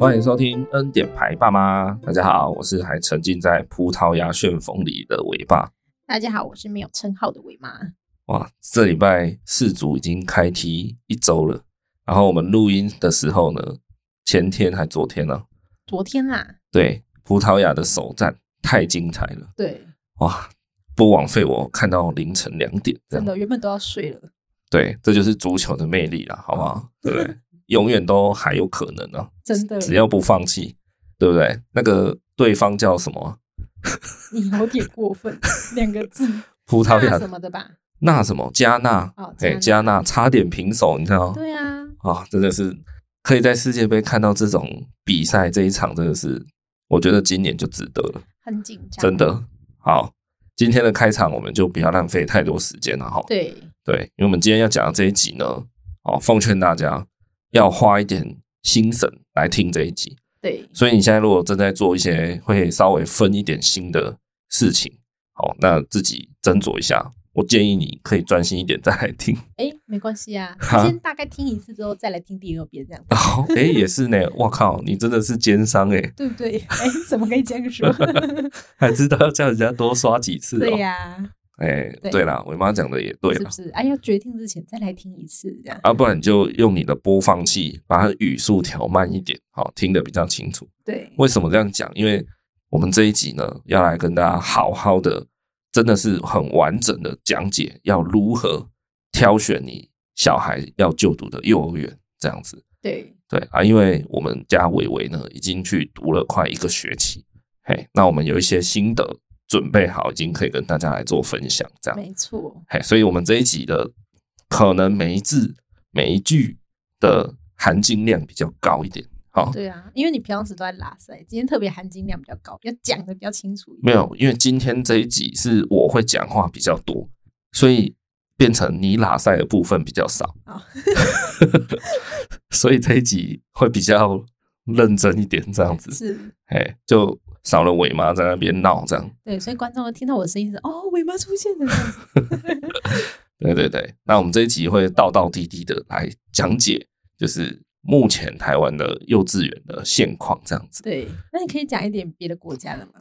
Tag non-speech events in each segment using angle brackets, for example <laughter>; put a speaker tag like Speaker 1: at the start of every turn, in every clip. Speaker 1: 欢迎收听《恩典牌爸妈》，大家好，我是还沉浸在葡萄牙旋风里的伟爸。
Speaker 2: 大家好，我是没有称号的伟妈。
Speaker 1: 哇，这礼拜四组已经开踢一周了，然后我们录音的时候呢，前天还昨天呢、
Speaker 2: 昨天啦，
Speaker 1: 对，葡萄牙的首战太精彩了，
Speaker 2: 对，
Speaker 1: 哇，不枉费我看到凌晨两点这样。
Speaker 2: 真的原本都要睡了。
Speaker 1: 对，这就是足球的魅力啦，好不
Speaker 2: 嗯
Speaker 1: 好？对不对？
Speaker 2: <laughs>
Speaker 1: 永远都还有可能啊，
Speaker 2: 真的
Speaker 1: 只要不放弃，对不对？那个对方叫什么啊？
Speaker 2: 你有点
Speaker 1: <laughs>
Speaker 2: 过分，两个字，
Speaker 1: 葡萄牙
Speaker 2: 那
Speaker 1: 的
Speaker 2: <laughs> 什么的吧？
Speaker 1: 那什么加纳
Speaker 2: 哦，
Speaker 1: 哎、
Speaker 2: 加
Speaker 1: 加纳差点平手，你知道吗？
Speaker 2: 对啊，
Speaker 1: 啊，真的是可以在世界杯看到这种比赛，这一场真的是，我觉得今年就值得了，
Speaker 2: 很紧张，
Speaker 1: 真。的。好，今天的开场我们就不要浪费太多时间了哈。
Speaker 2: 对，
Speaker 1: 对，因为我们今天要讲的这一集呢，哦，奉劝大家要花一点心神来听这一集。
Speaker 2: 对，
Speaker 1: 所以你现在如果正在做一些会稍微分一点心的事情，好，那自己斟酌一下。我建议你可以专心一点再来听。
Speaker 2: 哎，没关系啊
Speaker 1: 哈，
Speaker 2: 先大概听一次之后再来听第二遍，这样子，
Speaker 1: 哦，
Speaker 2: <laughs>
Speaker 1: 哎、也是呢，我靠，你真的是奸商哎、
Speaker 2: 对不对？ <laughs> 哎，怎么可以这样
Speaker 1: <laughs>
Speaker 2: 说？
Speaker 1: 还知道要叫人家多刷几次
Speaker 2: 对
Speaker 1: 哦。
Speaker 2: 呀，
Speaker 1: 哎、
Speaker 2: 对
Speaker 1: 对啦，我妈讲的也对
Speaker 2: 是
Speaker 1: 啦
Speaker 2: 不，是？哎，要决定之前再来听一次，这样。
Speaker 1: 啊，不然你就用你的播放器把它语速调慢一点，好，听得比较清楚。
Speaker 2: 对，
Speaker 1: 为什么这样讲？因为我们这一集呢，要来跟大家好好的，真的是很完整的讲解，要如何挑选你小孩要就读的幼儿园这样子。
Speaker 2: 对，
Speaker 1: 对啊，因为我们家伟伟呢，已经去读了快一个学期，嘿，那我们有一些心得准备好，已经可以跟大家来做分享，这样，
Speaker 2: 没错，
Speaker 1: 嘿，所以我们这一集的可能每一字每一句的含金量比较高一点，好，
Speaker 2: 对啊，因为你平常时都在拉塞，今天特别含金量比较高，要讲的比较清楚一点。
Speaker 1: 没有，因为今天这一集是我会讲话比较多，所以变成你拉塞的部分比较少，
Speaker 2: 啊，
Speaker 1: <laughs> 所以这一集会比较认真一点，这样
Speaker 2: <laughs>
Speaker 1: 子，
Speaker 2: 是，
Speaker 1: 哎，就少了伟妈在那边闹这样。
Speaker 2: 对，所以观众会听到我的声音是哦，尾巴出现了这样子。 <laughs>
Speaker 1: 对对对，那我们这一集会道道地地的来讲解，就是目前台湾的幼稚园的现况这样子。
Speaker 2: 对，那你可以讲一点别的国家的吗？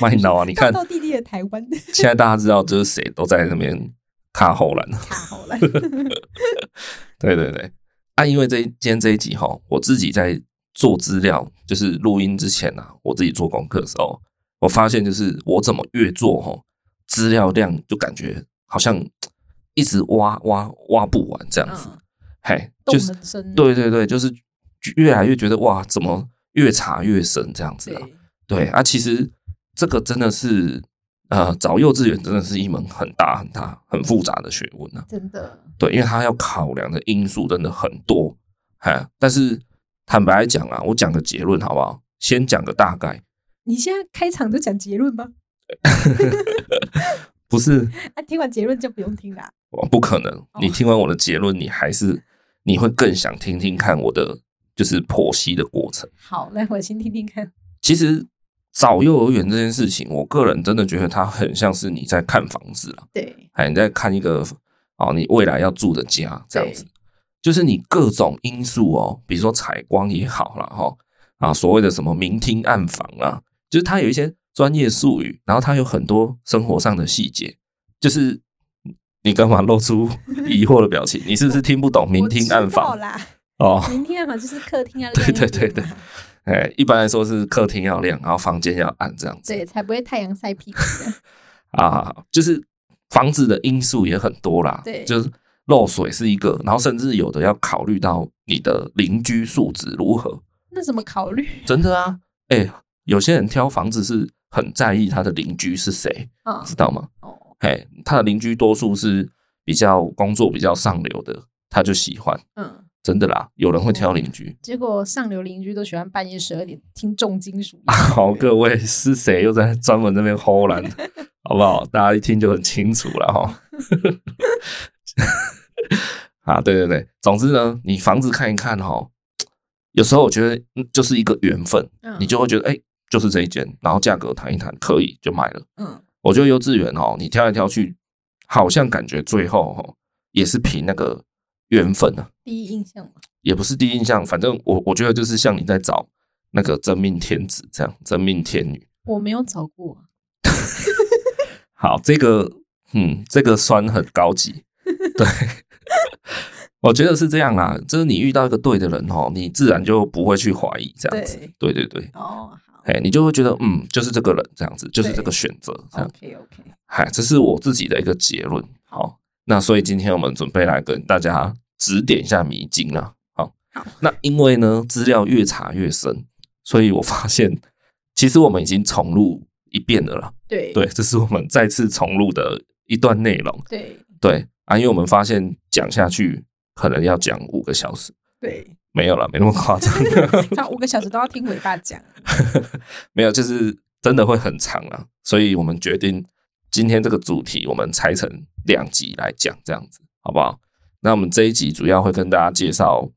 Speaker 1: 麦闹啊，你
Speaker 2: <laughs>
Speaker 1: 看
Speaker 2: 到弟弟的台湾
Speaker 1: 现在大家知道就是谁都在那边卡后栏，
Speaker 2: 卡
Speaker 1: <laughs>
Speaker 2: 好了。嗯
Speaker 1: 对对对，啊，因为这一今天这一集哈，我自己在做资料，就是录音之前啊，我自己做功课的时候，我发现就是我怎么越做哈，资料量就感觉好像嘖一直挖挖挖不完这样子，
Speaker 2: 嗯，
Speaker 1: 嘿，
Speaker 2: 动
Speaker 1: 就是
Speaker 2: 人生。
Speaker 1: 对对对，就是越来越觉得哇，怎么越查越深这样子啊？
Speaker 2: 对
Speaker 1: 对啊，其实这个真的是呃，找幼稚园真的是一门很大很大很复杂的学问啊。
Speaker 2: 真的
Speaker 1: 对，因为他要考量的因素真的很多，哎，但是坦白来讲啊，我讲个结论好不好？先讲个大概，
Speaker 2: 你现在开场就讲结论吗？ <laughs>
Speaker 1: 不是
Speaker 2: 啊，听完结论就不用听啊啦。
Speaker 1: 我不可能。你听完我的结论，你还是你会更想听听看我的就是剖析的过程。
Speaker 2: 好，来我先听
Speaker 1: <laughs>
Speaker 2: 听看。
Speaker 1: 其实找幼儿园这件事情，我个人真的觉得它很像是你在看房子啊，
Speaker 2: 对
Speaker 1: 哎，你在看一个哦，你未来要住的家这样子
Speaker 2: 对，
Speaker 1: 就是你各种因素哦，比如说采光也好啦，哈、啊，所谓的什么明厅暗房啊，就是它有一些专业术语，然后它有很多生活上的细节，就是你干嘛露出疑惑的表情？你是不是听不懂明厅暗
Speaker 2: 我
Speaker 1: 房
Speaker 2: 知道啦，
Speaker 1: 哦？
Speaker 2: 明厅暗访就是客厅啊要
Speaker 1: <laughs> 对
Speaker 2: 亮一
Speaker 1: 对
Speaker 2: 点
Speaker 1: 对
Speaker 2: 嘛
Speaker 1: 哎，一般来说是客厅要亮，然后房间要暗这样子。
Speaker 2: 对，才不会太阳晒屁股的。
Speaker 1: 啊，就是房子的因素也很多啦，
Speaker 2: 对
Speaker 1: 就是漏水是一个，然后甚至有的要考虑到你的邻居素质如何，
Speaker 2: 那怎么考虑
Speaker 1: 真的啊，哎、有些人挑房子是很在意他的邻居是谁， <laughs>
Speaker 2: 啊？
Speaker 1: 知道吗？
Speaker 2: 哦，
Speaker 1: 嘿，他的邻居多数是比较工作比较上流的，他就喜欢，
Speaker 2: 嗯，
Speaker 1: 真的啦，有人会挑邻居。
Speaker 2: 结果上流邻居都喜欢半夜十二点听重金属。
Speaker 1: <laughs> 好，各位是谁又在专门那边吼懒，好不好？大家一听就很清楚了哈。 <laughs> 啊，对对对，总之呢，你房子看一看哈，有时候我觉得嗯就是一个缘分，
Speaker 2: 嗯
Speaker 1: 你就会觉得哎、就是这一间，然后价格谈一谈，可以就买了。
Speaker 2: 嗯，
Speaker 1: 我觉得幼稚园哦，你挑来挑去，好像感觉最后哦也是凭那个缘分啊，
Speaker 2: 第一印象嘛。
Speaker 1: 也不是第一印象，反正我我觉得就是像你在找那个真命天子这样，真命天女。
Speaker 3: 我没有找过啊，
Speaker 1: 好，这个嗯，这个酸很
Speaker 3: <laughs>
Speaker 1: 高级，对，我觉得是这样啊，就是你遇到一个对的人哦，你自然就不会去怀疑这样子，对对对，
Speaker 3: 哦，好
Speaker 1: 哎，你就会觉得嗯，就是这个人这样子，就是这
Speaker 3: 对
Speaker 1: 个选择这样，
Speaker 3: ，OK OK，
Speaker 1: 嗨，这是我自己的一个结论。好，那所以今天我们准备来跟大家指点一下迷津啦。好，
Speaker 3: 好
Speaker 1: 那因为呢资料越查越深，所以我发现其实我们已经重录一遍了啦。
Speaker 3: 对
Speaker 1: 对，这是我们再次重录的一段内容。
Speaker 3: 对
Speaker 1: 对啊，因为我们发现讲下去可能要讲五个小时， <laughs>
Speaker 3: 对，
Speaker 1: 没有了，没那么夸张，
Speaker 3: 他五个小时都要听伟爸讲，啊
Speaker 1: 没有，就是真的会很长啊。所以我们决定今天这个主题，我们拆成两集来讲，这样子好不好？那我们这一集主要会跟大家介绍，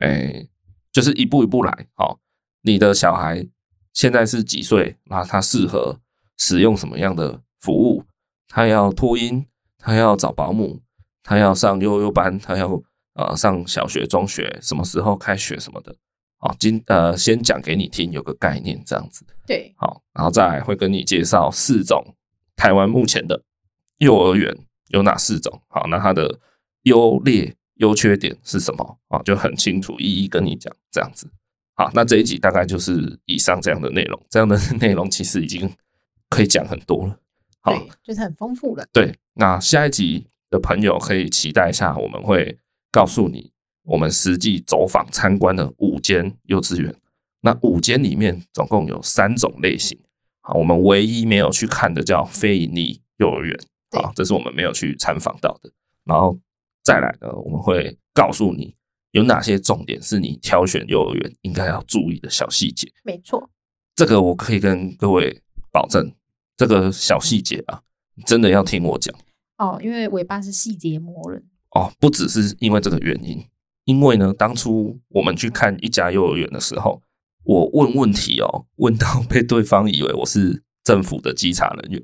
Speaker 1: 诶、就是一步一步来。好、你的小孩现在是几岁？那他适合使用什么样的服务？他要托婴，他要找保姆，他要上幼幼班，他要呃上小学、中学，什么时候开学什么的。好，今呃先讲给你听，有个概念这样子。
Speaker 3: 对
Speaker 1: 好，然后再来会跟你介绍四种台湾目前的幼儿园有哪四种。好，那它的优劣、优缺点是什么啊？就很清楚，一一跟你讲这样子。好，那这一集大概就是以上这样的内容。这样的 <laughs> 内容其实已经可以讲很多了。好，
Speaker 3: 对，就是很丰富了，
Speaker 1: 对，那下一集的朋友可以期待一下，我们会告诉你我们实际走访参观的五间幼稚园。那五间里面总共有三种类型，好，我们唯一没有去看的叫非营利幼儿园，
Speaker 3: 对
Speaker 1: 好，这是我们没有去参访到的。然后再来呢，我们会告诉你有哪些重点是你挑选幼儿园应该要注意的小细节。
Speaker 3: 没错，
Speaker 1: 这个我可以跟各位保证，这个小细节啊，真的要听我讲。
Speaker 3: 哦，因为伟爸是细节魔 <laughs> 人，
Speaker 1: 哦，不只是因为这个原因，因为呢，当初我们去看一家幼儿园的时候，我问问题哦，问到 <laughs> 被对方以为我是政府的稽查人员，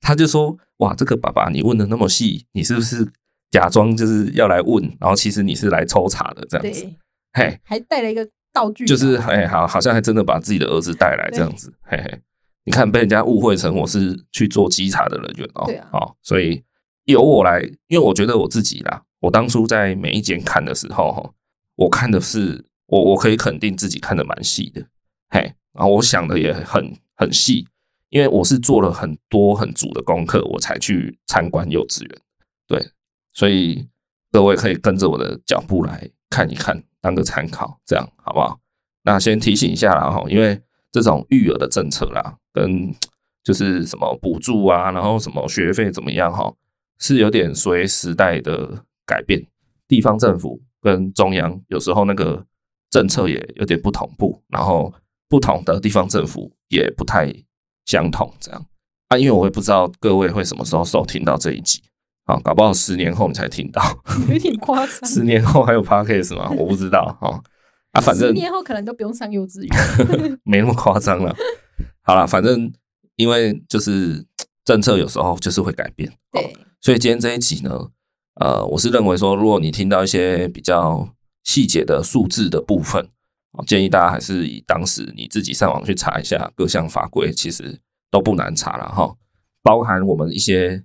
Speaker 1: 他就说：“哇，这个爸爸你问的那么细，你是不是假装就是要来问，然后其实你是来抽查的这样子
Speaker 3: 对，？”
Speaker 1: 嘿，
Speaker 3: 还带了一个道具
Speaker 1: 就
Speaker 3: 表，
Speaker 1: 是哎，好，好像还真的把自己的儿子带来这样子，嘿嘿。你看，被人家误会成我是去做稽查的人员哦，
Speaker 3: 对啊
Speaker 1: 哦，所以由我来，因为我觉得我自己啦，我当初在每一间看的时候，哈，我看的是我我可以肯定自己看的蛮细的，嘿，然后我想的也很很细，因为我是做了很多很足的功课，我才去参观幼稚园，对，所以各位可以跟着我的脚步来看一看，当个参考，这样好不好？那先提醒一下啦，哈，因为这种育儿的政策啦，跟就是什么补助啊，然后什么学费怎么样，哈，是有点随时代的改变，地方政府跟中央有时候那个政策也有点不同步，然后不同的地方政府也不太相同，这样啊，因为我也不知道各位会什么时候收听到这一集。啊，搞不好十年后你才听到，
Speaker 3: 有点夸
Speaker 1: <laughs>
Speaker 3: 张，
Speaker 1: 十年后还有 podcast 吗？我不知道哦。啊，反正
Speaker 3: 十年后可能都不用上幼稚
Speaker 1: <laughs>
Speaker 3: 园，
Speaker 1: 没那么夸张了。好了，反正因为就是政策有时候就是会改变，
Speaker 3: 对，
Speaker 1: <laughs> 所以今天这一集呢，呃，我是认为说，如果你听到一些比较细节的数字的部分，哦建议大家还是以当时你自己上网去查一下各项法规，其实都不难查了哈。包含我们一些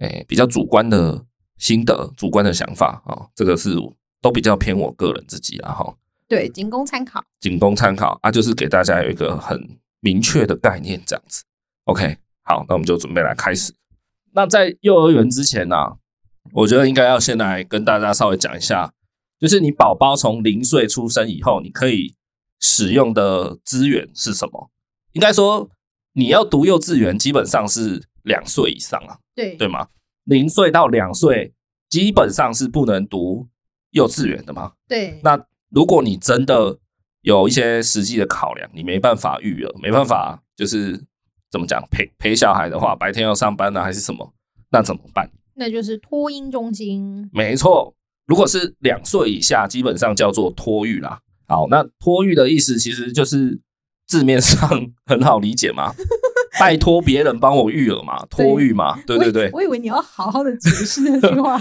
Speaker 1: 诶、比较主观的心得、主观的想法啊、哦，这个是都比较偏我个人自己啦哈。
Speaker 3: 对，仅供参考，
Speaker 1: 仅供参考啊，就是给大家有一个很明确的概念，这样子。OK，好，那我们就准备来开始。那在幼儿园之前呢、啊，我觉得应该要先来跟大家稍微讲一下，就是你宝宝从零岁出生以后，你可以使用的资源是什么？应该说，你要读幼稚园，基本上是两岁以上啊，
Speaker 3: 对
Speaker 1: 对吗？零岁到两岁基本上是不能读幼稚园的嘛。
Speaker 3: 对
Speaker 1: 那如果你真的有一些实际的考量，你没办法育儿，没办法就是怎么讲陪陪小孩的话，白天要上班呢、还是什么，那怎么办？
Speaker 3: 那就是托婴中心，
Speaker 1: 没错，如果是两岁以下，基本上叫做托育啦。好，那托育的意思其实就是字面上很好理解嘛，拜托别人帮我育儿嘛，托育嘛，对对对，
Speaker 3: 我以为你
Speaker 1: <laughs>
Speaker 3: 要好好的解释那句话，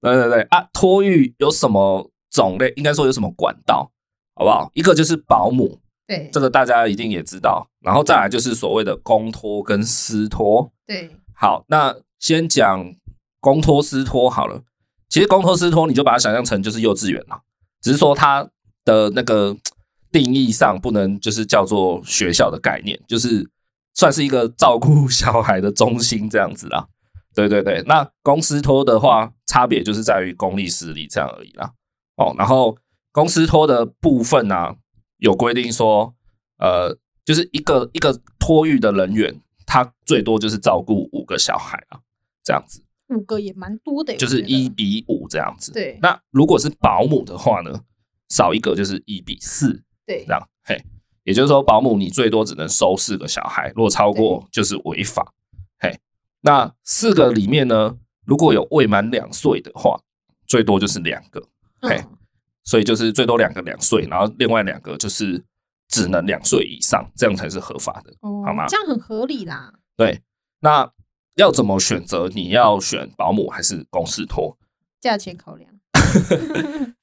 Speaker 1: 对对对啊，托育有什么种类，应该说有什么管道，好不好？一个就是保姆，
Speaker 3: 对
Speaker 1: 这个大家一定也知道，然后再来就是所谓的公托跟私托。
Speaker 3: 对
Speaker 1: 好，那先讲公托私托好了。其实公托私托，你就把它想象成就是幼稚园了，只是说它的那个定义上不能就是叫做学校的概念，就是算是一个照顾 <laughs> 小孩的中心这样子啦。对对对，那公私托的话，差别就是在于公立私立这样而已啦。哦，然后公私托的部分呢、啊，有规定说，呃，就是一个一个托育的人员，他最多就是照顾五个小孩啊，这样子，
Speaker 3: 五个也蛮多的耶，
Speaker 1: 就是
Speaker 3: 我觉得
Speaker 1: 一比五这样子。
Speaker 3: 对
Speaker 1: 那如果是保姆的话呢，少一个就是一比四
Speaker 3: 对
Speaker 1: 这样，嘿，也就是说保姆你最多只能收四个小孩，如果超过就是违法，嘿。那四个里面呢，如果有未满两岁的话，最多就是两个，嘿，
Speaker 3: 嗯
Speaker 1: 所以就是最多两个两岁，然后另外两个就是只能两岁以上，这样才是合法的。
Speaker 3: 哦
Speaker 1: 好吗
Speaker 3: 这样很合理啦。
Speaker 1: 对，那要怎么选择？你要选保姆还是公司托？
Speaker 3: 价钱考量，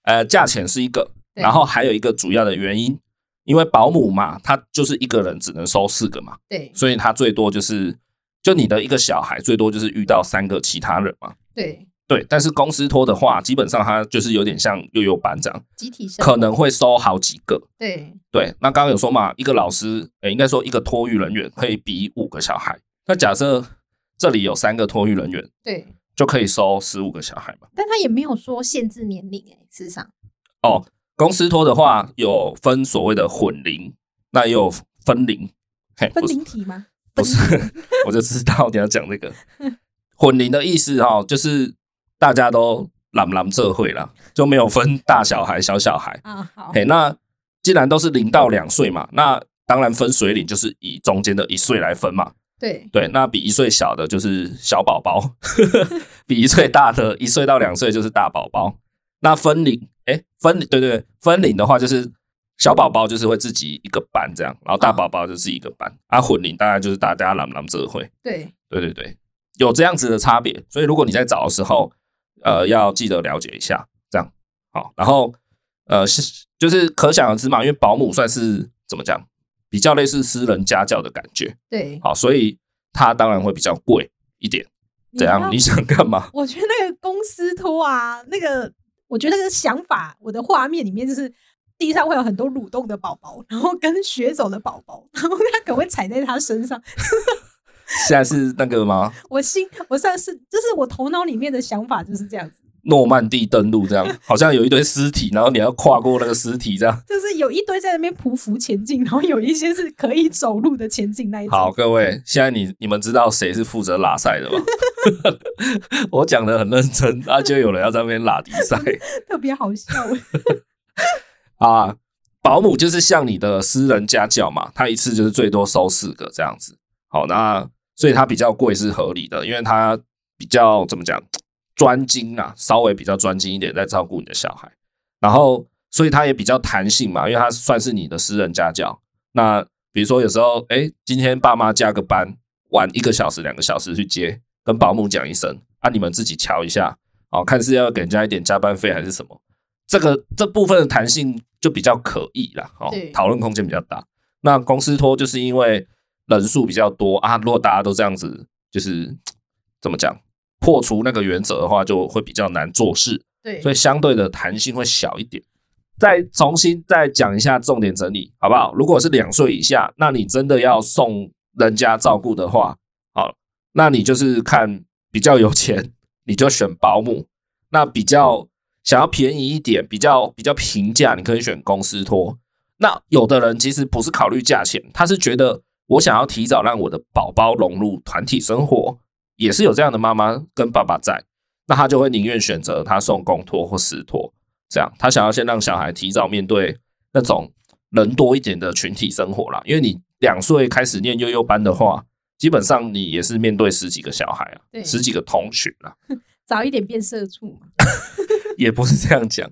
Speaker 1: 呃，价钱是一个，
Speaker 3: 对
Speaker 1: 然后还有一个主要的原因，因为保姆嘛，他就是一个人只能收四个嘛，
Speaker 3: 对
Speaker 1: 所以他最多就是就你的一个小孩最多就是遇到三个其他人嘛。
Speaker 3: 对，
Speaker 1: 对，但是公司托的话，基本上他就是有点像幼幼班这样，
Speaker 3: 集体生活
Speaker 1: 可能会收好几个。
Speaker 3: 对
Speaker 1: 对，那刚刚有说嘛，一个老师，呃，应该说一个托育人员可以比五个小孩。那假设这里有三个托育人员，
Speaker 3: 对，
Speaker 1: 就可以收十五个小孩嘛。
Speaker 3: 但他也没有说限制年龄哎，事实上
Speaker 1: 哦，公司托的话有分所谓的混龄，那也有分龄。嘿，
Speaker 3: 分
Speaker 1: 不是 <laughs>
Speaker 3: 灵体吗？
Speaker 1: 不是，我就知道你要讲这个混龄的意思哈、哦，就是大家都朗朗社会啦，就没有分大小孩、小小孩。
Speaker 3: 啊，好，
Speaker 1: 嘿，那既然都是零到两岁嘛，那当然分水岭就是以中间的一岁来分嘛。
Speaker 3: 对
Speaker 1: 对，那比一岁小的就是小宝宝， <laughs> 比一岁大的一岁到两岁就是大宝宝。那分龄，哎，分对对对，分龄的话就是小宝宝就是会自己一个班这样，然后大宝宝就是一个班，啊，混龄当然就是大家朗朗社会，
Speaker 3: 对
Speaker 1: 对对对，有这样子的差别。所以如果你在找的时候，呃，要记得了解一下，这样好。然后呃，是就是可想而知嘛，因为保姆算是怎么讲，比较类似私人家教的感觉，
Speaker 3: 对，
Speaker 1: 好，所以它当然会比较贵一点。怎
Speaker 3: 知道
Speaker 1: 样？你想干嘛？ <laughs>
Speaker 3: 我觉得那个公司托啊，那个我觉得那个想法，我的画面里面就是地上会有很多蠕动的宝宝，然后跟血手的宝宝，然后他可能会踩在他身上。
Speaker 1: 现在是那个吗？
Speaker 3: 我心，我算是，就是我头脑里面的想法就是这样子，
Speaker 1: 诺曼底登陆这样，好像有一堆尸体，然后你要跨过那个尸体这样。
Speaker 3: 就是有一堆在那边匍匐前进，然后有一些是可以走路的前进那一种。
Speaker 1: 好，各位，现在你你们知道谁是负责拉赛的吗？ <laughs> 我讲的很认真，啊，就有人要在那边拉迪赛
Speaker 3: 特别好笑。
Speaker 1: 啊。保姆就是像你的私人家教嘛，他一次就是最多收四个这样子。好，那所以它比较贵是合理的，因为它比较怎么讲专精啊，稍微比较专精一点在照顾你的小孩，然后所以它也比较弹性嘛，因为它算是你的私人家教。那比如说有时候，哎，今天爸妈加个班，晚一个小时、两个小时去接，跟保姆讲一声，啊，你们自己瞧一下，哦，看是要给人家一点加班费还是什么。这个这部分的弹性就比较可以啦，哦
Speaker 3: 对，
Speaker 1: 讨论空间比较大。那公司托就是因为人数比较多啊，如果大家都这样子，就是怎么讲，破除那个原则的话，就会比较难做事，
Speaker 3: <laughs> 对
Speaker 1: 所以相对的弹性会小一点。再重新再讲一下重点整理，好不好？如果是两岁以下，那你真的要送人家照顾的话，好，那你就是看比较有钱， <laughs> 你就选保姆；那比较想要便宜一点，比较比较平价，你可以选公司托。那有的人其实不是考虑价钱，他是觉得我想要提早让我的宝宝融入团体生活，也是有这样的妈妈跟爸爸在，那他就会宁愿选择他送公托或私托，这样他想要先让小孩提早面对那种人多一点的群体生活啦。因为你两岁开始念幼幼班的话，基本上你也是面对十几个小孩啊，
Speaker 3: 对
Speaker 1: 十几个同学啦。
Speaker 3: 早一点变社畜嘛。
Speaker 1: 也不是这样讲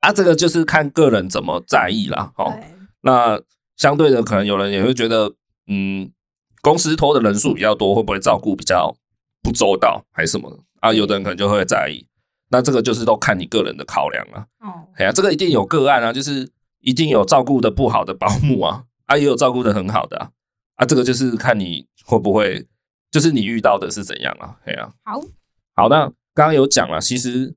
Speaker 1: 啊，这个就是看个人怎么在意啦。哦，
Speaker 3: 对
Speaker 1: 那相对的，可能有人也会觉得，嗯，公司托的人数比较多，会不会照顾比较不周到，还是什么的啊？有的人可能就会在意。那这个就是都看你个人的考量啊。
Speaker 3: 哦，
Speaker 1: 哎呀，这个一定有个案啊，就是一定有照顾的不好的保姆啊，啊也有照顾的很好的啊，啊这个就是看你会不会，就是你遇到的是怎样啊，哎呀、
Speaker 3: 好，
Speaker 1: 好，那刚刚有讲了，其实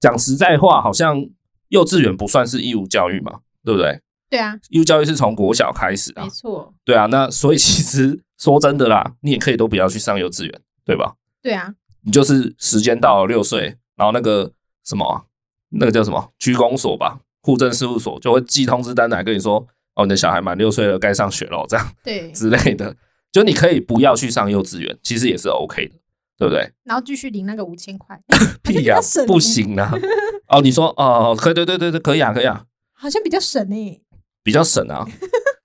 Speaker 1: 讲实在话，好像幼稚园不算是义务教育嘛，对不对？
Speaker 3: 对啊，
Speaker 1: 义务教育是从国小开始啊
Speaker 3: 没，错，
Speaker 1: 对啊，那所以其实说真的啦，你也可以都不要去上幼稚园，对吧？
Speaker 3: 对啊，
Speaker 1: 你就是时间到了六岁，然后那个什么啊、那个叫什么区公所吧，户政事务所就会寄通知单来跟你说，哦，你的小孩满六岁了，该上学了，这样
Speaker 3: 对，
Speaker 1: 之类的。就你可以不要去上幼稚园，其实也是 OK 的，对不对？
Speaker 3: 然后继续领那个五千
Speaker 1: <laughs>
Speaker 3: 块，
Speaker 1: 屁
Speaker 3: 比
Speaker 1: 呀、
Speaker 3: 较省欸
Speaker 1: 不行啦、 <laughs> 哦，你说哦，可以，对对对对，可以啊，可以啊，
Speaker 3: 好像比较省欸诶、
Speaker 1: 比较省
Speaker 3: <laughs>
Speaker 1: 啊，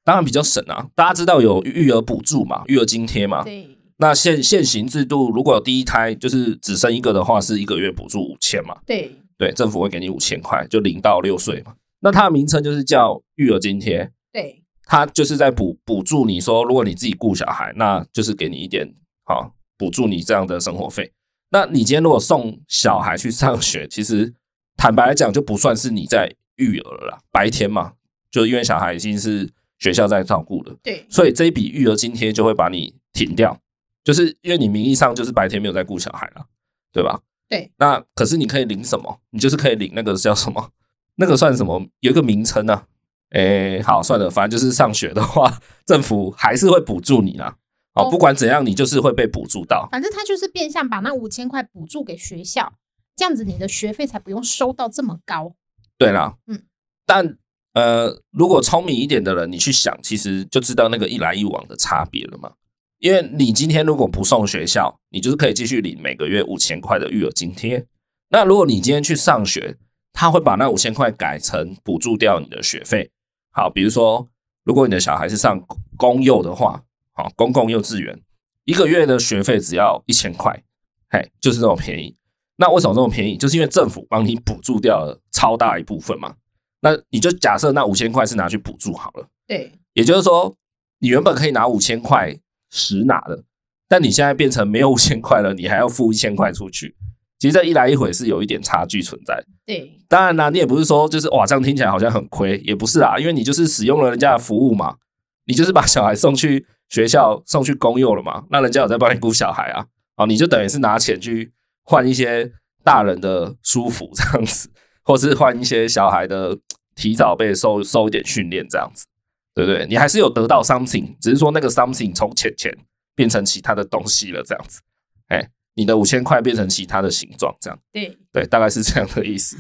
Speaker 1: 当然比较省啊。大家知道有育儿补助嘛，育儿津贴嘛。
Speaker 3: 对，
Speaker 1: 那现现行制度，如果有第一胎就是只生一个的话，是一个月补助五千嘛。
Speaker 3: 对，
Speaker 1: 对，政府会给你五千块，就零到六岁嘛。那它的名称就是叫育儿津贴，
Speaker 3: 对，
Speaker 1: 它就是在补补助你说，如果你自己顾小孩，那就是给你一点好补助你这样的生活费。那你今天如果送小孩去上学，其实坦白来讲就不算是你在育儿了啦，白天嘛，就因为小孩已经是学校在照顾了，
Speaker 3: 对，
Speaker 1: 所以这一笔育儿津贴就会把你停掉，就是因为你名义上就是白天没有在顾小孩了，对吧？
Speaker 3: 对，
Speaker 1: 那可是你可以领什么？你就是可以领那个叫什么？那个算什么？有一个名称啊。诶，好，算了，反正就是上学的话， <laughs> 政府还是会补助你啦。哦，
Speaker 3: 哦
Speaker 1: 不管怎样，你就是会被补助到。
Speaker 3: 反正他就是变相把那五千块补助给学校，这样子你的学费才不用收到这么高。
Speaker 1: 对啦，
Speaker 3: 嗯，
Speaker 1: 但呃，如果聪明一点的人，你去想，其实就知道那个一来一往的差别了嘛。因为你今天如果不送学校，你就是可以继续领每个月五千块的育儿津贴。那如果你今天去上学，他会把那五千块改成补助掉你的学费。好，比如说，如果你的小孩是上公幼的话，好，公共幼稚园一个月的学费只要一千块，嘿，就是这么便宜。那为什么这么便宜？就是因为政府帮你补助掉了超大一部分嘛。那你就假设那五千块是拿去补助好了，
Speaker 3: 对，
Speaker 1: 也就是说，你原本可以拿五千块实拿的，但你现在变成没有五千块了，你还要付一千块出去。其实这一来一回是有一点差距存在。
Speaker 3: 对，
Speaker 1: 当然啦，你也不是说就是哇，这样听起来好像很亏，也不是啦，因为你就是使用了人家的服务嘛，你就是把小孩送去学校、送去公幼了嘛，那人家有在帮你顾小孩啊，啊，你就等于是拿钱去换一些大人的舒服这样子， <laughs> 或是换一些小孩的提早被受受一点训练这样子，对不对？你还是有得到 something，只是说那个 something 从钱钱变成其他的东西了这样子，哎，你的五千块变成其他的形状这样。
Speaker 3: 对，
Speaker 1: 对，大概是这样的意思。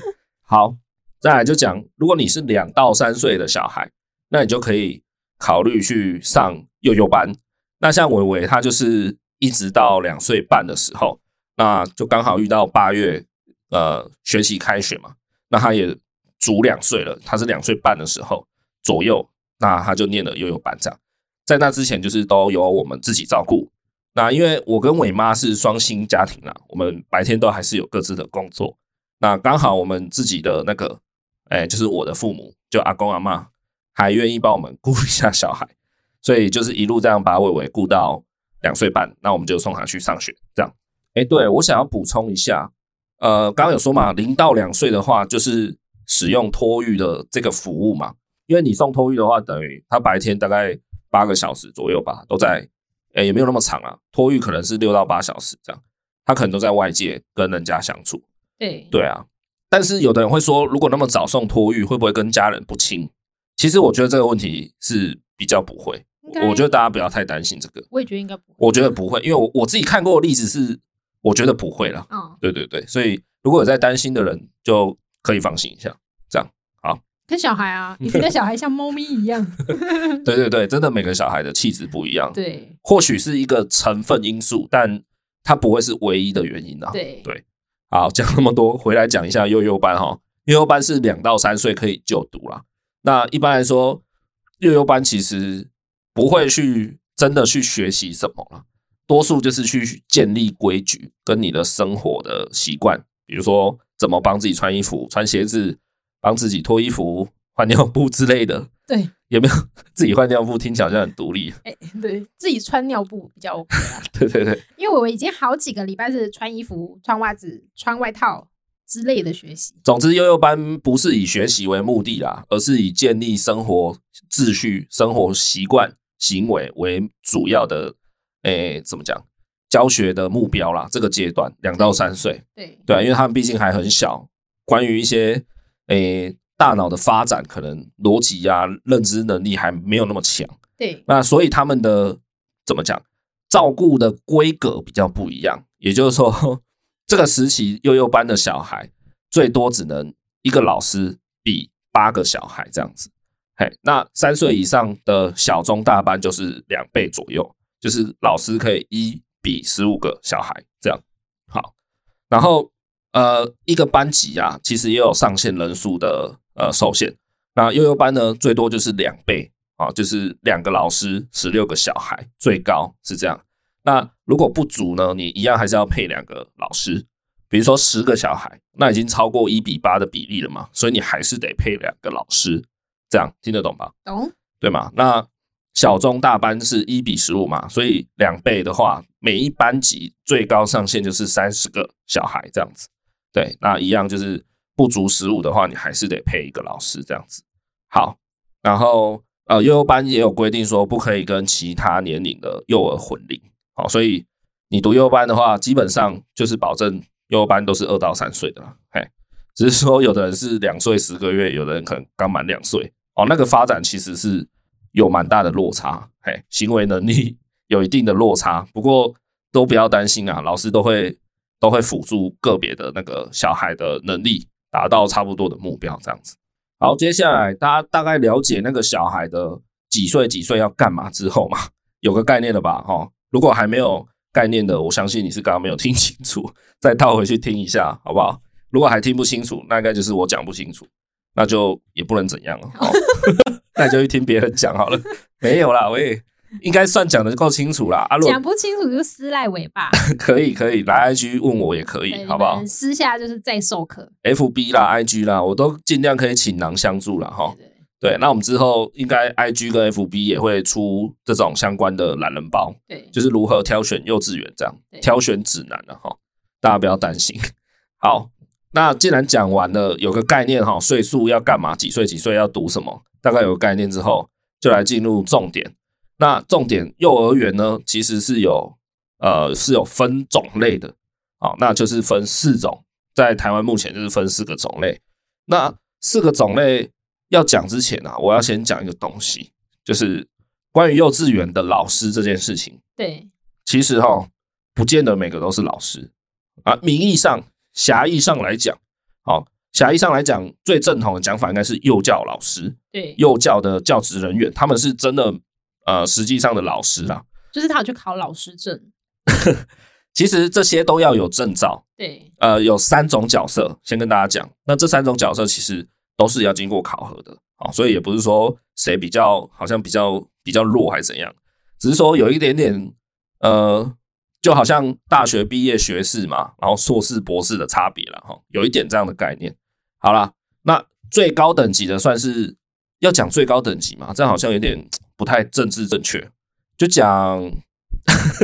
Speaker 1: 好，再来就讲，如果你是两到三岁的小孩，那你就可以考虑去上幼幼班。那像伟伟他就是一直到两岁半的时候，那就刚好遇到八月呃学期开学嘛，那他也足两岁了，他是两岁半的时候左右，那他就念了幼幼班这样。在那之前就是都由我们自己照顾，那因为我跟伟妈是双薪家庭啦，我们白天都还是有各自的工作。那刚好我们自己的那个，哎、就是我的父母，就阿公阿妈，还愿意帮我们顾一下小孩，所以就是一路这样把伟伟顾到两岁半，那我们就送他去上学。这样，哎、对我想要补充一下，呃，刚刚有说嘛，零到两岁的话，就是使用托育的这个服务嘛，因为你送托育的话，等于他白天大概八个小时左右吧，都在诶、也没有那么长啊，托育可能是六到八小时这样，他可能都在外界跟人家相处。
Speaker 3: 对，
Speaker 1: 对啊，但是有的人会说，如果那么早送托育，会不会跟家人不亲？其实我觉得这个问题是比较不会，
Speaker 3: 应该
Speaker 1: 我觉得大家不要太担心这个，
Speaker 3: 我也觉得应该不会。
Speaker 1: 我觉得不会，因为我我自己看过的例子是，我觉得不会啦。
Speaker 3: 嗯，
Speaker 1: 对对对，所以如果有在担心的人，就可以放心一下。
Speaker 3: 跟小孩啊，你觉得小孩像猫咪一
Speaker 2: <laughs>
Speaker 3: 样？
Speaker 1: 对对对，真的每个小孩的气质不一样，
Speaker 3: 嗯对，
Speaker 1: 或许是一个成分因素，但它不会是唯一的原因啊。
Speaker 3: 哦对，
Speaker 1: 对好，讲那么多，回来讲一下幼幼班哈。幼幼班是两到三岁可以就读啦。那一般来说，幼幼班其实不会去真的去学习什么啦，多数就是去建立规矩跟你的生活的习惯，比如说怎么帮自己穿衣服、穿鞋子，帮自己脱衣服、换尿布之类的。
Speaker 3: 对，
Speaker 1: 有没有 <laughs> 自己换尿布？听起来好像很独立。 <laughs>
Speaker 3: 哎，对自己穿尿布比较 OK 啦，
Speaker 1: 对对对，
Speaker 3: 因为我已经好几个礼拜是穿衣服、穿袜子、穿外套
Speaker 2: 之类的学习。
Speaker 1: 总之，悠悠班不是以学习为目的啦，而是以建立生活秩序、生活习惯、行为为主要的，诶、怎么讲？教学的目标啦。这个阶段，两到三岁，
Speaker 2: 对，
Speaker 1: 对啊，因为他们毕竟还很小，关于一些诶、大脑的发展，可能逻辑啊、认知能力还没有那么强。
Speaker 2: 对，
Speaker 1: 那所以他们的怎么讲，照顾的规格比较不一样。也就是说，这个时期幼幼班的小孩最多只能一个老师比八个小孩这样子。嘿，那三岁以上的小中大班就是两倍左右，就是老师可以一比十五个小孩这样。好，然后呃，一个班级啊，其实也有上限人数的呃受限。那幼幼班呢，最多就是两倍啊，就是两个老师十六个小孩，最高是这样。那如果不足呢，你一样还是要配两个老师，比如说十个小孩，那已经超过一比八的比例了嘛，所以你还是得配两个老师，这样听得懂吧？
Speaker 2: 懂，
Speaker 1: 对吗？那小中大班是一比十五嘛，所以两倍的话，每一班级最高上限就是三十个小孩这样子。对，那一样就是不足十五的话，你还是得配一个老师这样子。好，然后呃，幼幼班也有规定说不可以跟其他年龄的幼儿混龄。好，所以你读幼幼班的话，基本上就是保证幼幼班都是二到三岁的啦。嘿，只是说有的人是两岁十个月，有的人可能刚满两岁哦，那个发展其实是有蛮大的落差，嘿，行为能力 <laughs> 有一定的落差。不过都不要担心啊，老师都会都会辅助个别的那个小孩的能力，达到差不多的目标，这样子。好，接下来大家大概了解那个小孩的几岁几岁要干嘛之后嘛， <laughs> 有个概念了吧？哦，如果还没有概念的，我相信你是刚刚没有听清楚， <laughs> 再倒回去听一下，好不好？如果还听不清楚，那应该就是我讲不清楚，那就也不能怎样了。好， <laughs> 那你就去听别人讲好了。 <laughs> 没有啦，我也应该算讲的够清楚啦。啊，如果
Speaker 2: 讲不清楚就撕赖尾巴，
Speaker 1: 可以可以，来 IG 问我也可以，
Speaker 2: 对
Speaker 1: 好不？
Speaker 2: 你
Speaker 1: 好
Speaker 2: 们私下就是再授课，
Speaker 1: ？FB 啦、IG 啦，我都尽量可以倾囊相助啦，哈
Speaker 3: 哦
Speaker 2: 对。对
Speaker 1: 对，那我们之后应该 IG 跟 FB 也会出这种相关的懒人包，
Speaker 2: 对，
Speaker 1: 就是如何挑选幼稚园这样
Speaker 2: 对
Speaker 1: 挑选指南了、哈，大家不要担心。好，那既然讲完了，有个概念哈，岁数要干嘛，几岁几岁要读什么，大概有个概念之后，就来进入重点。那重点幼儿园呢，其实是有呃是有分种类的，好，那就是分四种，在台湾目前就是分四个种类。那四个种类要讲之前啊，我要先讲一个东西，就是关于幼稚园的老师这件事情。
Speaker 2: 对
Speaker 1: 其实哈，不见得每个都是老师啊。名义上、狭义上来讲，好、狭义上来讲，最正统的讲法应该是幼教老师、
Speaker 2: 对，
Speaker 1: 幼教的教职人员，他们是真的呃，实际上的老师啦。
Speaker 2: 就是他有去考老师证，
Speaker 1: 其实这些都要有证照，
Speaker 3: <laughs>
Speaker 2: 对
Speaker 1: 呃，有三种角色，先跟大家讲。那这三种角色其实都是要经过考核的，好、所以也不是说谁比较好像比较比较弱还是怎样，只是说有一点点呃，就好像大学毕业学士嘛，然后硕士博士的差别了哈，有一点这样的概念。好啦，那最高等级的算是要讲最高等级嘛，这样好像有点不太政治正确，就讲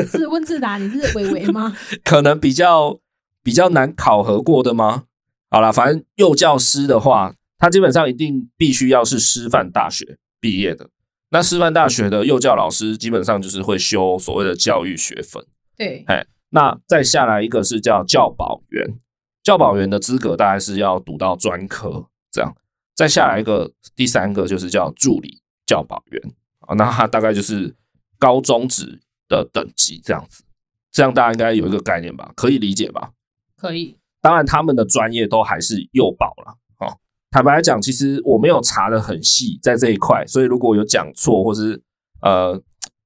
Speaker 2: 自问自答，你是伟伟
Speaker 3: <laughs>
Speaker 2: 吗？
Speaker 1: <laughs> 可能比较比较难考核过的吗？好啦，反正幼教师的话，他基本上一定必须要是师范大学毕业的。那师范大学的幼教老师基本上就是会修所谓的教育学分。
Speaker 2: 对
Speaker 1: 那再下来一个是叫教保员，教保员的资格大概是要读到专科这样。再下来一个第三个就是叫助理教保员啊，那他大概就是高中职的等级这样子。这样大家应该有一个概念吧，可以理解吧？
Speaker 2: 可以，
Speaker 1: 当然，他们的专业都还是幼保啦。哦，坦白讲，其实我没有查的很细在这一块，所以如果有讲错或是呃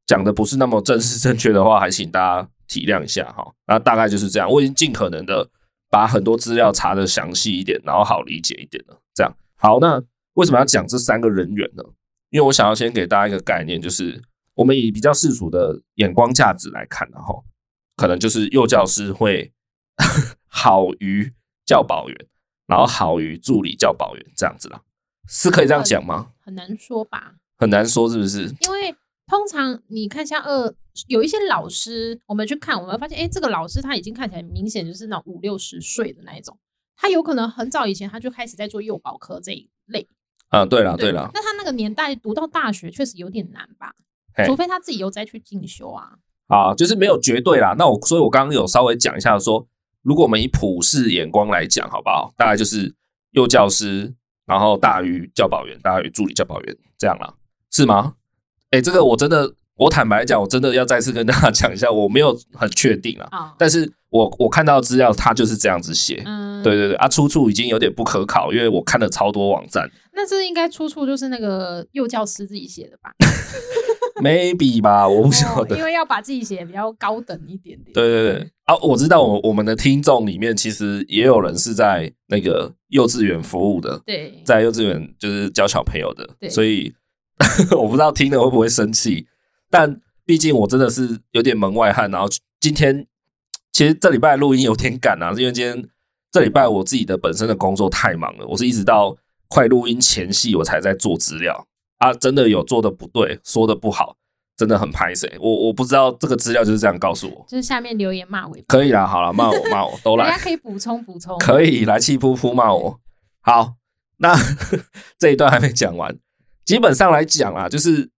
Speaker 1: 讲的不是那么正式正确的话，还请大家体谅一下哈、那大概就是这样，我已经尽可能的把很多资料查的详细一点，然后好理解一点了。这样好，那为什么要讲这三个人员呢？因为我想要先给大家一个概念，就是我们以比较世俗的眼光价值来看，啊哦然后可能就是幼教师会 <laughs> 好于教保员，然后好于助理教保员这样子啦，是可以这样讲吗？
Speaker 2: 很难说吧，
Speaker 1: 很难说是不是？
Speaker 2: 因为通常你看像二有一些老师，我们去看，我们会发现，哎，这个老师他已经看起来明显就是那种五六十岁的那一种，他有可能很早以前他就开始在做幼保科这一类。
Speaker 1: 啊，对了对了，
Speaker 2: 那他那个年代读到大学确实有点难吧
Speaker 1: 嘿？
Speaker 2: 除非他自己又再去进修啊。
Speaker 1: 啊，就是没有绝对啦。那我，所以我刚刚有稍微讲一下说，如果我们以普世眼光来讲，好不好？大概就是幼教师，然后大于教保员，大于助理教保员这样啦，是吗？哎、这个我真的，我坦白讲，我真的要再次跟大家讲一下，我没有很确定啊，
Speaker 2: 啊，
Speaker 1: 但是我我看到资料，它就是这样子写。
Speaker 2: 嗯，
Speaker 1: 对，对对，啊，出处已经有点不可考，因为我看了超多网
Speaker 2: <laughs>
Speaker 1: 站
Speaker 2: 那这应该出处就是那个幼教师自己写的吧？
Speaker 1: ，maybe 吧， <laughs> 我不晓
Speaker 2: 哦
Speaker 1: 得。
Speaker 2: 因为要把自己写的比较高等一点
Speaker 1: 对
Speaker 2: 点。
Speaker 1: 对对，啊，我知道我我们的听众里面其实也有人是在那个幼稚园服务的，
Speaker 2: 对，
Speaker 1: 在幼稚园就是教小朋友的，
Speaker 2: 对
Speaker 1: 所以 <laughs> 我不知道听了会不会生气，但毕竟我真的是有点门外汉，然后今天其实这礼拜录音有点赶啊，因为今天这礼拜我自己的本身的工作太忙了，我是一直到快录音前夕我才在做资料啊，真的有做的不对，说的不好，真的很拍谁，我我不知道这个资料就是这样告诉我。
Speaker 2: 就是下面留言骂我，
Speaker 1: 可以啦，好了，骂我骂我都
Speaker 2: 大家
Speaker 1: 来，
Speaker 2: 可以补充补充。
Speaker 1: 可以来气噗噗骂我。好，那 <laughs> 这一段还没讲完，基本上来讲啦，就是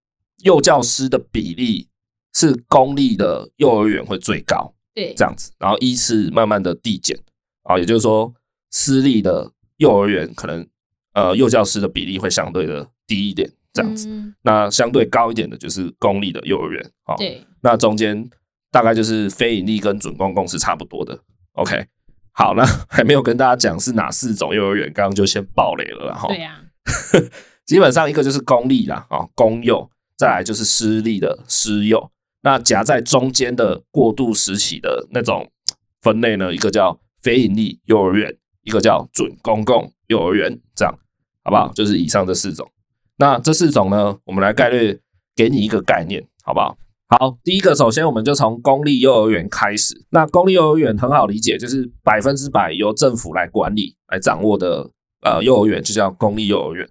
Speaker 1: 幼教师的比例是公立的幼儿园会最高
Speaker 2: 对，
Speaker 1: 这样子，然后依次慢慢的递减啊，也就是说私立的幼儿园可能呃幼教师的比例会相对的低一点这样子，
Speaker 2: 嗯
Speaker 1: 那相对高一点的就是公立的幼儿园啊，
Speaker 2: 对，
Speaker 1: 那中间大概就是非盈利跟准公共是差不多的。OK，好，那还没有跟大家讲是哪四种幼儿园，刚刚就先爆雷了啦，然后
Speaker 2: 对啊，
Speaker 1: 基本上一个就是公立啦，哦，公幼，再来就是私立的私幼，那夹在中间的过渡时期的那种分类呢，一个叫非盈利幼儿园，一个叫准公共幼儿园，这样好不好？就是以上这四种。那这四种呢，我们来概略给你一个概念，好不好？好，第一个，首先我们就从公立幼儿园开始。那公立幼儿园很好理解，就是百分之百由政府来管理、来掌握的呃幼儿园，就叫公立幼儿园。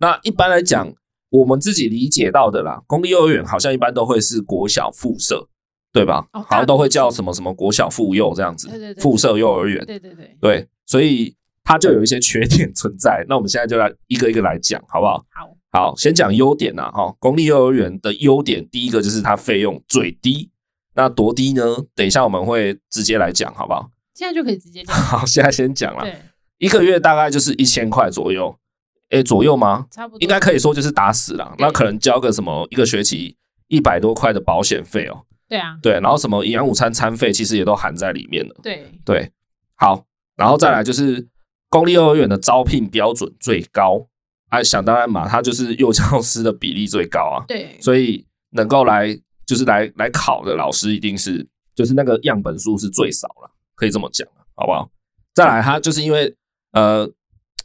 Speaker 1: 那一般来讲，我们自己理解到的啦，公立幼儿园好像一般都会是国小附设，对吧？
Speaker 2: 哦
Speaker 1: 好像都会
Speaker 2: 大
Speaker 1: 叫
Speaker 2: 部分
Speaker 1: 什么什么国小附幼这样子，
Speaker 2: 对对对
Speaker 1: 附设幼儿园，
Speaker 2: 对对对，
Speaker 1: 对，所以它就有一些缺点存在。那我们现在就来一个一个来讲，好不好？
Speaker 2: 好，
Speaker 1: 好，先讲优点啦，哈，公立幼儿园的优点，第一个就是它费用最低，那多低呢？等一下我们会直接来讲，好不好？
Speaker 2: 现在就可以直接讲。
Speaker 1: 好，现在先讲啦，
Speaker 2: 对，
Speaker 1: 一个月大概就是一千块左右，诶，左右吗？
Speaker 2: 差不多
Speaker 1: 应该可以说就是打死啦。那可能交个什么一个学期一百多块的保险费哦，
Speaker 2: 对啊，
Speaker 1: 对，然后什么营养午餐餐费其实也都含在里面了。
Speaker 2: 对
Speaker 1: 对，好，然后再来就是公立幼儿园的招聘标准最高，啊，想当然嘛，它就是幼教师的比例最高啊，
Speaker 2: 对，
Speaker 1: 所以能够来就是来来考的老师一定是就是那个样本数是最少了，可以这么讲，啊好不好？再来，它就是因为呃，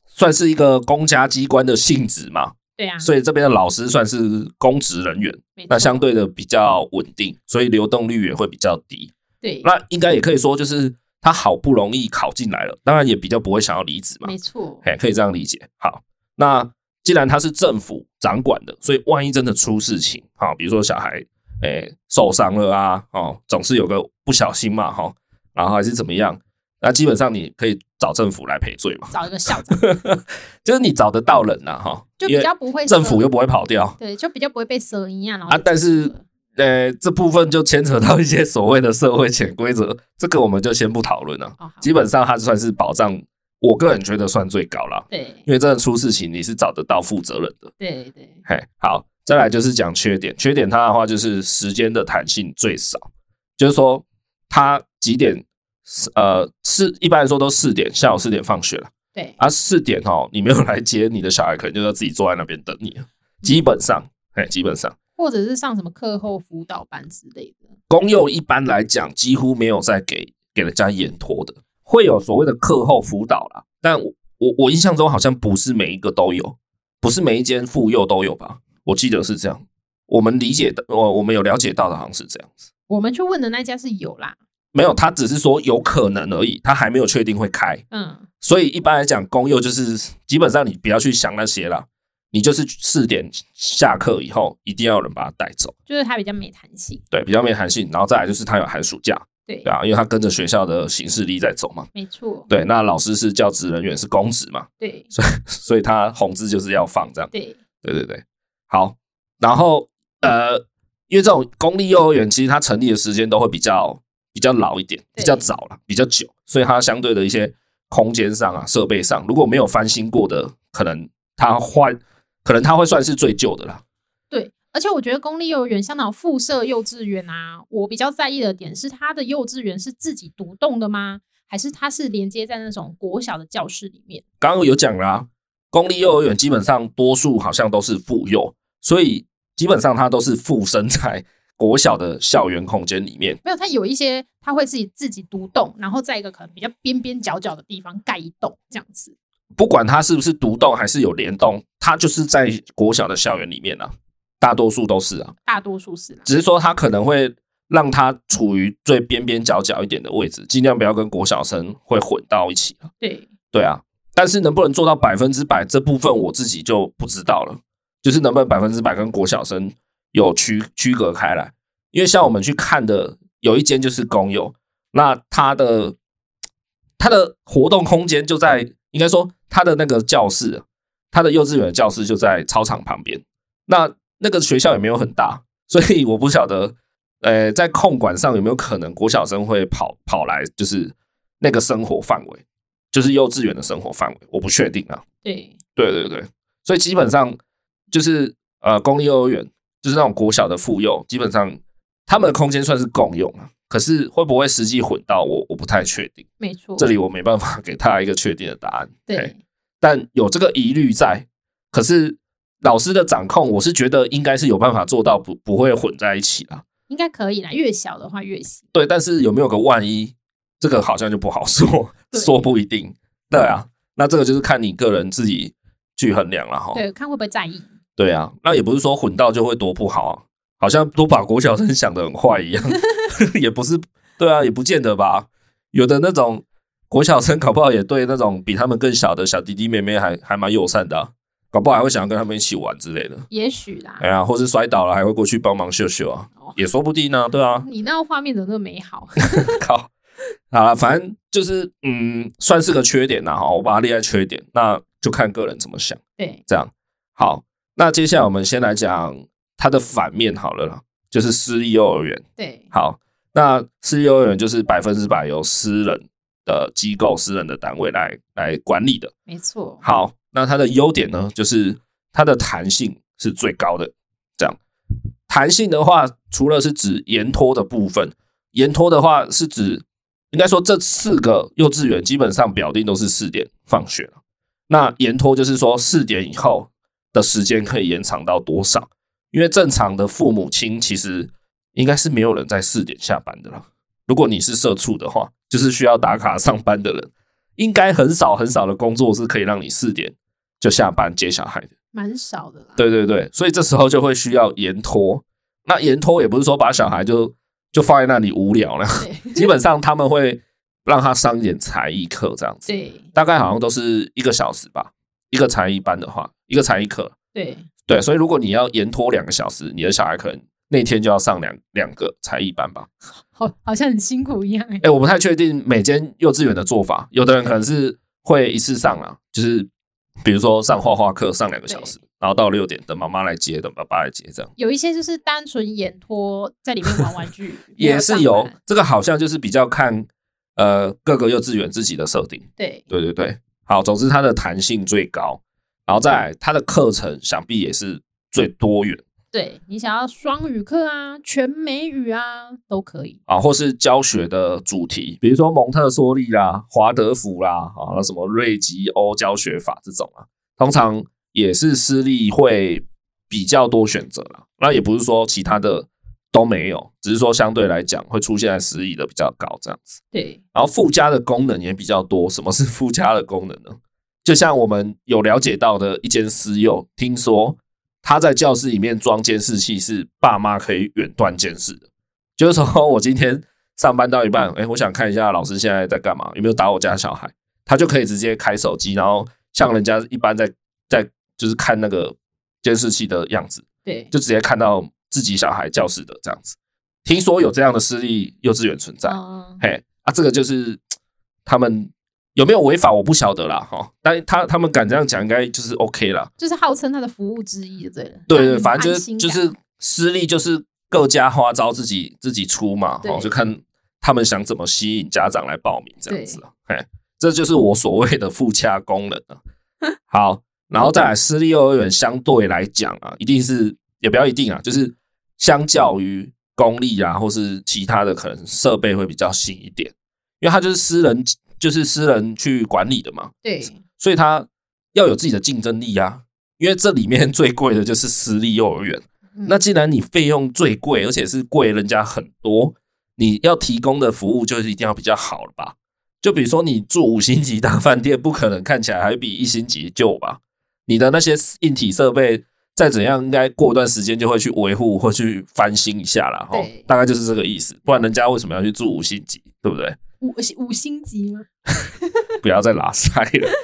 Speaker 1: 算是一个公家机关的性质嘛，
Speaker 2: 对啊，
Speaker 1: 所以这边的老师算是公职人员，
Speaker 2: 以
Speaker 1: 那相对的比较稳定，所以流动率也会比较低。
Speaker 2: 对，
Speaker 1: 那应该也可以说，就是他好不容易考进来了，当然也比较不会想要离职嘛
Speaker 2: 没，错，
Speaker 1: 哎，可以这样理解。好，那既然他是政府掌管的，所以万一真的出事情，好，比如说小孩哎受伤了啊，哦，总是有个不小心嘛，哈、然后还是怎么样，那基本上你可以找政府来赔罪嘛，
Speaker 2: 找一个校长
Speaker 1: <laughs> 就是你找得到人呐、哈，
Speaker 2: 就
Speaker 1: 因
Speaker 2: 比
Speaker 1: 为
Speaker 2: 较不会
Speaker 1: 政
Speaker 2: 蛇
Speaker 1: 府又不会跑掉。
Speaker 2: 对，就比较不会被蛇一样，然后
Speaker 1: 啊
Speaker 2: 就
Speaker 1: 但
Speaker 2: 走
Speaker 1: 是
Speaker 2: 了
Speaker 1: 呃，这部分就牵扯到一些所谓的社会潜规则，这个我们就先不讨论了。
Speaker 2: 哦好，
Speaker 1: 基本上它算是保障，我个人觉得算最高啦，
Speaker 2: 对
Speaker 1: 因为真的出事情你是找得到负责人的。
Speaker 2: 对对
Speaker 1: 嘿，好，再来就是讲缺点，缺点它的话就是时间的弹性最少，就是说它几点呃是一般来说都四点，下午四点放学了。
Speaker 2: 对，
Speaker 1: 啊，四点哦，你没有来接你的小孩，可能就要自己坐在那边等你
Speaker 2: 嗯
Speaker 1: 了。基本上，哎，基本上。
Speaker 2: 或者是上什么课后辅导班之类的，
Speaker 1: 公幼一般来讲几乎没有在给给人家延托的，会有所谓的课后辅导啦。但我我我印象中好像不是每一个都有，不是每一间妇幼都有吧？我记得是这样，我们理解的，我我们有了解到的好像是这样子。
Speaker 2: 我们去问的那家是有啦，
Speaker 1: 没有，他只是说有可能而已，他还没有确定会开。
Speaker 2: 嗯，
Speaker 1: 所以一般来讲，公幼就是基本上你不要去想那些啦，你就是四点下课以后一定要有人把他带走。
Speaker 2: 就是它比较没弹性，
Speaker 1: 对，比较没弹性。然后再来就是它有寒暑假，
Speaker 2: 对
Speaker 1: 对，啊，因为他跟着学校的行事历在走嘛。
Speaker 2: 没错，
Speaker 1: 对，那老师是教职人员，是公职嘛，
Speaker 2: 对
Speaker 1: 所以他红字就是要放这样。
Speaker 2: 对
Speaker 1: 对对对，好，然后呃，因为这种公立幼儿园其实它成立的时间都会比较比较老一点，比较早了，比较久，所以它相对的一些空间上啊、设备上，如果没有翻新过的，可能它换，可能它会算是最旧的啦。
Speaker 2: 对。而且我觉得公立幼儿园像那种附设幼稚园啊，我比较在意的点是，它的幼稚园是自己独栋的吗？还是它是连接在那种国小的教室里面？
Speaker 1: 刚刚有讲啦、公立幼儿园基本上多数好像都是妇幼，所以基本上它都是附身在国小的校园空间里面。
Speaker 2: 没有，它有一些它会自己自己独栋，然后在一个可能比较边边角角的地方盖一栋这样子。
Speaker 1: 不管它是不是独栋还是有联动，它就是在国小的校园里面啊，大多数都是啊，
Speaker 2: 大多数是啦，
Speaker 1: 只是说它可能会让它处于最边边角角一点的位置，尽量不要跟国小生会混到一起啊。
Speaker 2: 对
Speaker 1: 对啊，但是能不能做到百分之百这部分我自己就不知道了，就是能不能百分之百跟国小生有区区隔开来？因为像我们去看的有一间就是公有，那它的它的活动空间就在应该说它的那个教室，它的幼稚园的教室就在操场旁边，那那个学校也没有很大，所以我不晓得。呃，在控管上有没有可能国小生会跑跑来，就是那个生活范围？就是幼稚园的生活范围，我不确定啊。
Speaker 2: 对
Speaker 1: 对对对，所以基本上就是呃，公立幼儿园就是那种国小的妇幼，基本上他们的空间算是共用啊。可是会不会实际混到我，我不太确定。
Speaker 2: 没错，
Speaker 1: 这里我没办法给大家一个确定的答案。嘿，
Speaker 2: 对
Speaker 1: 但有这个疑虑在，可是老师的掌控，我是觉得应该是有办法做到不不会混在一起啦。
Speaker 2: 应该可以啦，越小的话越小。
Speaker 1: 对，但是有没有个万一，这个好像就不好说， <laughs>
Speaker 2: 对嗯
Speaker 1: 说不一定。对啊，那这个就是看你个人自己去衡量了哈。
Speaker 2: 对，看会不会在意。
Speaker 1: 对啊，那也不是说混到就会多不好啊，好像都把国小生 <laughs> 想的很坏
Speaker 2: <laughs>
Speaker 1: 一样，也不是。对啊，也不见得吧。有的那种国小生，搞不好也对那种比他们更小的小弟弟妹妹还还蛮友善的啊、搞不好还会想要跟他们一起玩之类的。
Speaker 2: 也许啦
Speaker 1: 哎，呀，或是摔倒了还会过去帮忙秀秀啊
Speaker 2: 哦，
Speaker 1: 也说不定呢、对啊，
Speaker 2: 你那画面怎么那么美好？ <laughs>
Speaker 1: 靠， <laughs> 好了，反正就是嗯，算是个缺点啦哈，我把它列在缺点，那就看个人怎么想。
Speaker 2: 对，
Speaker 1: 这样好，那接下来我们先来讲它的反面好了啦，就是私立幼儿园。
Speaker 2: 对，
Speaker 1: 好，那私立幼儿园就是百分之百由私人的机构、私人的单位来来管理的。
Speaker 2: 没错，
Speaker 1: 好，那它的优点呢，就是它的弹性是最高的。这样，弹性的话，除了是指延托的部分，延托的话是指，应该说这四个幼稚园基本上表定都是四点放学了。那延托就是说四点以后的时间可以延长到多少？因为正常的父母亲其实应该是没有人在四点下班的了。如果你是社畜的话，就是需要打卡上班的人，应该很少很少的工作是可以让你四点就下班接小孩的。
Speaker 2: 蛮少的啦。
Speaker 1: 对对对，所以这时候就会需要延托。那延托也不是说把小孩就就放在那里无聊了， <laughs>
Speaker 2: 对
Speaker 1: 基本上他们会让他上一点才艺课这样子，
Speaker 2: 对
Speaker 1: 大概好像都是一个小时吧，一个才艺班的话，一个才艺课。
Speaker 2: 对
Speaker 1: 对，所以如果你要延托两个小时，你的小孩可能那天就要上两两个才艺班吧。
Speaker 2: 好好像很辛苦一样哎
Speaker 1: 哎、。我不太确定每间幼稚园的做法，有的人可能是会一次上啊，就是比如说上画画课上两个小时，然后到六点等妈妈来接，等爸爸来接，这样
Speaker 2: 有一些就是单纯演托在里面玩
Speaker 1: <laughs>
Speaker 2: 玩具，没
Speaker 1: 也是有
Speaker 2: 上班。
Speaker 1: 这个好像就是比较看呃各个幼稚园自己的设定。
Speaker 2: 对
Speaker 1: 对对对，好，总之它的弹性最高，然后再来它的课程想必也是最多元
Speaker 2: 对，你想要双语课啊，全美语啊都可以。
Speaker 1: 啊，或是教学的主题，比如说蒙特梭利啦、华德福啦，啊，那什么瑞吉欧教学法这种啊，通常也是私立会比较多选择啦。那也不是说其他的都没有，只是说相对来讲会出现在私立的比较高这样子。
Speaker 2: 对
Speaker 1: 然后附加的功能也比较多。什么是附加的功能呢？就像我们有了解到的一间私幼，听说他在教室里面装监视器是爸妈可以远端监视的，就是说我今天上班到一半，哎，我想看一下老师现在在干嘛，有没有打我家小孩，他就可以直接开手机，然后像人家一般在在就是看那个监视器的样子，
Speaker 2: 对
Speaker 1: 就直接看到自己小孩教室的这样子。听说有这样的私立幼稚园存在，
Speaker 2: 嗯，
Speaker 1: 嘿啊，这个就是他们有没有违法我不晓得啦，哈，但他他们敢这样讲，应该就是 OK 啦。
Speaker 2: 就是号称他的服务之一，对了，
Speaker 1: 对
Speaker 2: 让
Speaker 1: 对，
Speaker 2: 你
Speaker 1: 反正就
Speaker 2: 安
Speaker 1: 是
Speaker 2: 心
Speaker 1: 就
Speaker 2: 感
Speaker 1: 是私立就是各家花招自己自己出嘛，
Speaker 2: 对
Speaker 1: 哦，就看他们想怎么吸引家长来报名这样
Speaker 2: 对
Speaker 1: 子啊，哎，这就是我所谓的附加功能
Speaker 2: <laughs>
Speaker 1: 啊。好，然后再来私立幼儿园相对来讲啊，一定是也不要一定啊，就是相较于公立啊，或是其他的可能设备会比较新一点，因为它就是私人就是私人去管理的嘛，
Speaker 2: 对
Speaker 1: 所以它要有自己的竞争力啊。因为这里面 <laughs> 最贵的就是私立幼儿园，
Speaker 2: 嗯
Speaker 1: 那既然你费用最贵，而且是贵人家很多，你要提供的服务就是一定要比较好了吧？就比如说你住五星级大饭店，不可能看起来还比一星级旧吧？你的那些硬体设备再怎样，应该过段时间就会去维护或去翻新一下啦。哈
Speaker 2: 对。
Speaker 1: 大概就是这个意思。不然人家为什么要去住五星级，对不对？
Speaker 3: 五五星级吗？
Speaker 1: 不要再拉塞了。 <laughs>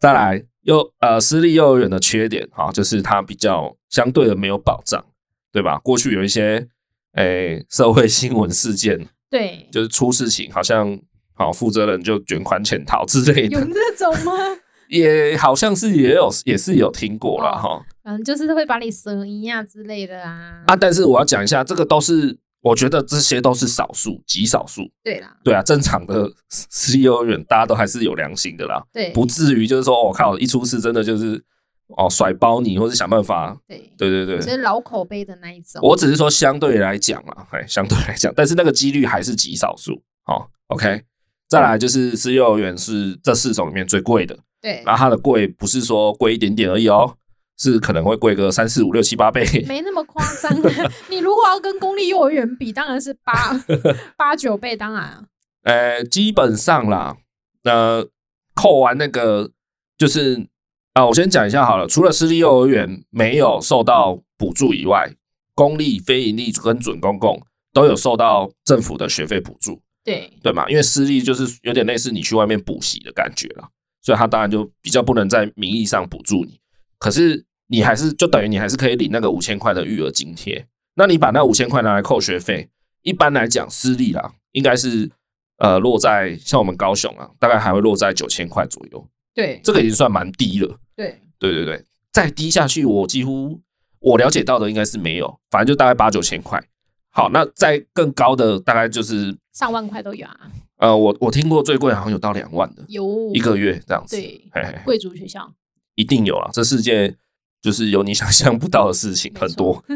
Speaker 1: 再来，幼呃私立幼儿园的缺点哈、就是它比较相对的没有保障，对吧？过去有一些诶、社会新闻事件，
Speaker 2: 对，
Speaker 1: 就是出事情，好像好负责人就卷款潜逃之类
Speaker 3: 有
Speaker 1: 的，
Speaker 3: 这种吗？
Speaker 1: 也好像是也有也是有听过了哈、
Speaker 2: 反正就是会把你蛇一啊之类的啊，
Speaker 1: 啊。但是我要讲一下，这个都是我觉得这些都是少数，极少数。
Speaker 2: 对啦，
Speaker 1: 对啊，正常的私私立幼儿园大家都还是有良心的啦。
Speaker 2: 对，
Speaker 1: 不至于就是说，我、靠，一出事真的就是哦甩包你，或是想办法。
Speaker 2: 对，
Speaker 1: 对对
Speaker 2: 就
Speaker 1: 对，
Speaker 2: 是老口碑的那一种，
Speaker 1: 我只是说相对来讲啊，哎，相对来讲，但是那个几率还是极少数。好、o k 再来就是私幼儿园是这四种里面最贵的，
Speaker 2: 对，
Speaker 1: 然后它的贵不是说贵一点点而已哦，是可能会贵个三四五六七八倍。
Speaker 2: 没那么夸张
Speaker 3: <laughs>
Speaker 2: 啊。你如果要跟公立幼儿园比，当然是八八九倍，当然啊，
Speaker 1: 呃，基本上啦，呃，扣完那个就是啊，我先讲一下好了。除了私立幼儿园没有受到补助以外，公立、非盈利跟准公共都有受到政府的学费补助，
Speaker 2: 对
Speaker 1: 对吗？因为私立就是有点类似你去外面补习的感觉啦，所以他当然就比较不能在名义上补助你，可是你还是就等于你还是可以领那个五千块的育儿津贴。那你把那五千块拿来扣学费，一般来讲私立啦，应该是呃落在像我们高雄啊，大概还会落在九千块左右，
Speaker 2: 对
Speaker 1: 这个已经算蛮低了。
Speaker 2: 对，
Speaker 1: 对对对，再低下去，我几乎我了解到的应该是没有，反正就大概八九千块。好，那再更高的大概就是
Speaker 2: 上万块都有啊，
Speaker 1: 呃，我我听过最贵好像有到两万的
Speaker 2: 有
Speaker 1: 一个月这样子，
Speaker 2: 嗯对
Speaker 1: 嘿嘿
Speaker 2: 贵族学校，
Speaker 1: 一定有啊，这世界就是有你想象不到的事情
Speaker 2: 没错
Speaker 1: 很多。
Speaker 2: <laughs>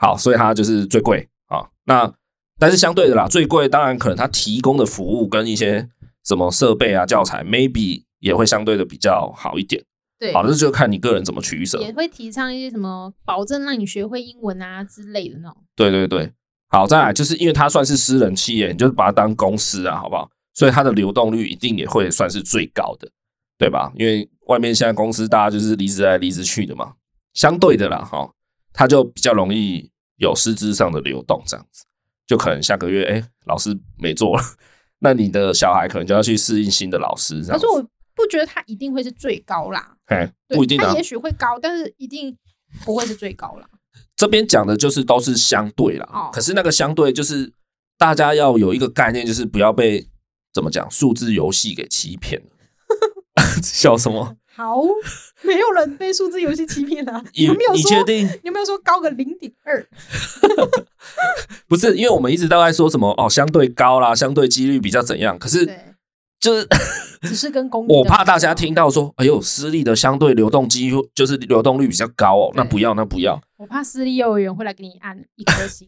Speaker 1: 好，所以它就是最贵啊。那但是相对的啦，最贵当然可能它提供的服务跟一些什么设备啊、教材，maybe 也会相对的比较好一点。
Speaker 2: 对，
Speaker 1: 好，这就看你个人怎么取舍。
Speaker 2: 也会提倡一些什么保证让你学会英文啊之类的那种，
Speaker 1: 对对对，好，再来就是因为它算是私人企业，你就把它当公司啊，好不好？所以它的流动率一定也会算是最高的，对吧？因为外面现在公司大家就是离职来离职去的嘛，相对的啦，哈，它就比较容易有师资上的流动，这样子，就可能下个月哎、老师没做了， <laughs> 那你的小孩可能就要去适应新的老师，这
Speaker 2: 可
Speaker 1: 样子
Speaker 2: 是，我不觉得它一定会是最高啦，
Speaker 1: 哎，
Speaker 2: 对
Speaker 1: 不一定啊
Speaker 2: 它也，许会高，但是一定不会是最高啦。
Speaker 1: 这边讲的就是都是相对啦，
Speaker 2: 哦
Speaker 1: 可是那个相对就是大家要有一个概念，就是不要被怎么讲数字游戏给欺骗了。 <laughs> 笑什么？
Speaker 3: <laughs> 好，没有人被数字游戏欺骗
Speaker 2: <laughs>
Speaker 3: 啊！
Speaker 1: 你
Speaker 3: 有没有
Speaker 1: 你确
Speaker 3: 说？
Speaker 1: 定？
Speaker 3: 有没有说高个零点二？
Speaker 1: 不是，因为我们一直都在说什么哦，相对高啦，相对几率比较怎样？可是
Speaker 3: <laughs>
Speaker 2: 对，
Speaker 1: 就是
Speaker 2: 只是跟公立的
Speaker 1: 我怕大
Speaker 2: 比
Speaker 1: 家
Speaker 2: 较
Speaker 1: 听，到说，哎呦，私立的相对流动机会就是流动率比较高哦，那
Speaker 2: 对
Speaker 1: 不要，那不要。
Speaker 2: 我怕私立幼儿园会来给你按一颗星。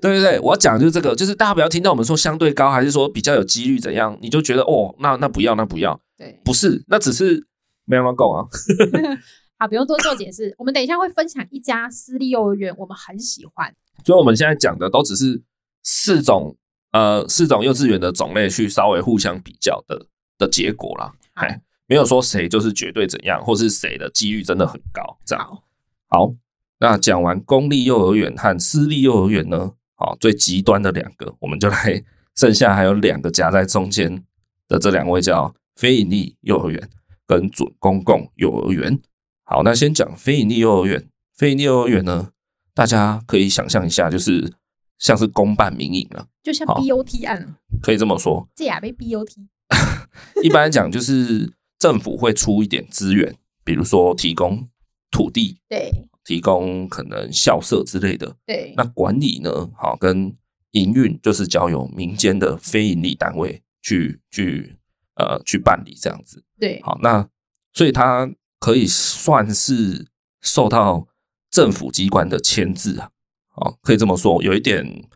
Speaker 1: 对 对对，我要讲的就是这个，就是大家不要听到我们说相对高，还是说比较有几率怎样，你就觉得哦，那那不要，那不要。
Speaker 2: 对，
Speaker 1: 不是，那只是没办法讲啊。
Speaker 2: 好，不用多做解释。我们等一下会分享一家私立幼儿园，我们很喜欢。
Speaker 1: 所以我们现在讲的都只是四种呃四种幼稚园的种类去稍微互相比较的的结果啦。
Speaker 2: 好
Speaker 1: 哎，没有说谁就是绝对怎样，或是谁的几率真的很高这样。
Speaker 2: 好，
Speaker 1: 好，那讲完公立幼儿园和私立幼儿园呢，好，最极端的两个，我们就来剩下还有两个夹在中间的这两位叫非盈利幼儿园跟准公共幼儿园。好，那先讲非盈利幼儿园。非盈利幼儿园呢，大家可以想象一下，就是像是公办民营了，
Speaker 3: 就像
Speaker 1: 好
Speaker 3: BOT 案啊，
Speaker 1: 可以这么说。
Speaker 3: 这也被 BOT
Speaker 1: 一般来讲，就是政府会出一点资源，比如说提供土地、
Speaker 3: 对
Speaker 1: 提供可能校舍之类的。
Speaker 3: 对
Speaker 1: 那管理呢，好跟营运就是交由民间的非营利单位去去呃去办理这样子。
Speaker 3: 对
Speaker 1: 好，那所以它可以算是受到政府机关的牵制啊，哦，可以这么说，有一点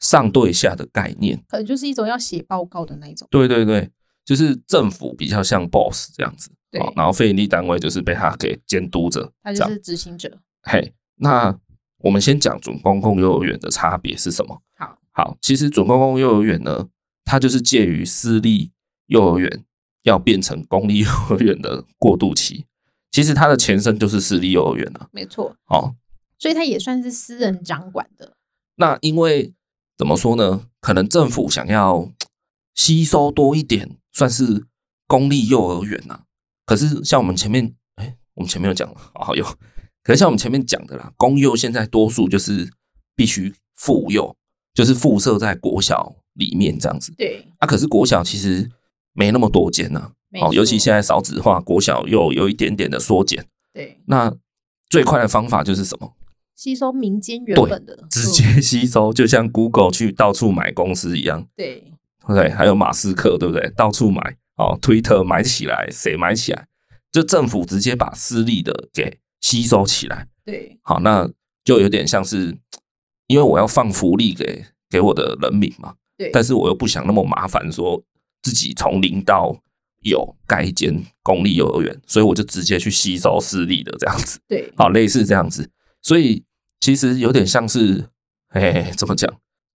Speaker 1: 上对下的概念。
Speaker 2: 可能就是一种要写报告的那一种。
Speaker 1: 对对对，就是政府比较像 boss 这样子，
Speaker 2: 对
Speaker 1: 哦然后非营利单位就是被他给监督着，
Speaker 2: 他
Speaker 1: 这
Speaker 2: 就
Speaker 1: 样。
Speaker 2: 是执行者。
Speaker 1: 嘿，那我们先讲准公共幼儿园的差别是什么？
Speaker 2: 好，
Speaker 1: 好，其实准公共幼儿园呢，它就是介于私立幼儿园要变成公立幼 <laughs> 儿园的过渡期。其实它的前身就是私立幼儿园了。
Speaker 2: 没错，
Speaker 1: 哦，
Speaker 2: 所以他也算是私人掌管的。
Speaker 1: 那因为怎么说呢？可能政府想要吸收多一点，算是公立幼儿园呐、可是像我们前面，哎，我们前面有讲了，好有。可是像我们前面讲的啦，公幼现在多数就是必须妇幼，就是附设在国小里面这样子。
Speaker 2: 对，
Speaker 1: 啊，可是国小其实没那么多间呐、
Speaker 2: 没
Speaker 1: 哦，
Speaker 2: 错
Speaker 1: 尤其现在少子化，国小又有一点点的缩减。
Speaker 2: 对
Speaker 1: 那最快的方法就是什么？
Speaker 2: 吸收民间原
Speaker 1: 对
Speaker 2: 本的
Speaker 1: 直接吸收， <laughs> 就像 Google 去到处买公司一样，
Speaker 2: 对
Speaker 1: 对不对？还有马斯克，对不对？到处买哦，Twitter 买起来，谁买起来？就政府直接把私立的给吸收起来，
Speaker 2: 对
Speaker 1: 好，那就有点像是，因为我要放福利给给我的人民嘛，
Speaker 2: 对，
Speaker 1: 但是我又不想那么麻烦，说自己从零到有盖一间公立幼儿园，所以我就直接去吸收私立的这样子。
Speaker 2: 对
Speaker 1: 好，类似这样子。所以其实有点像是，哎，怎么讲？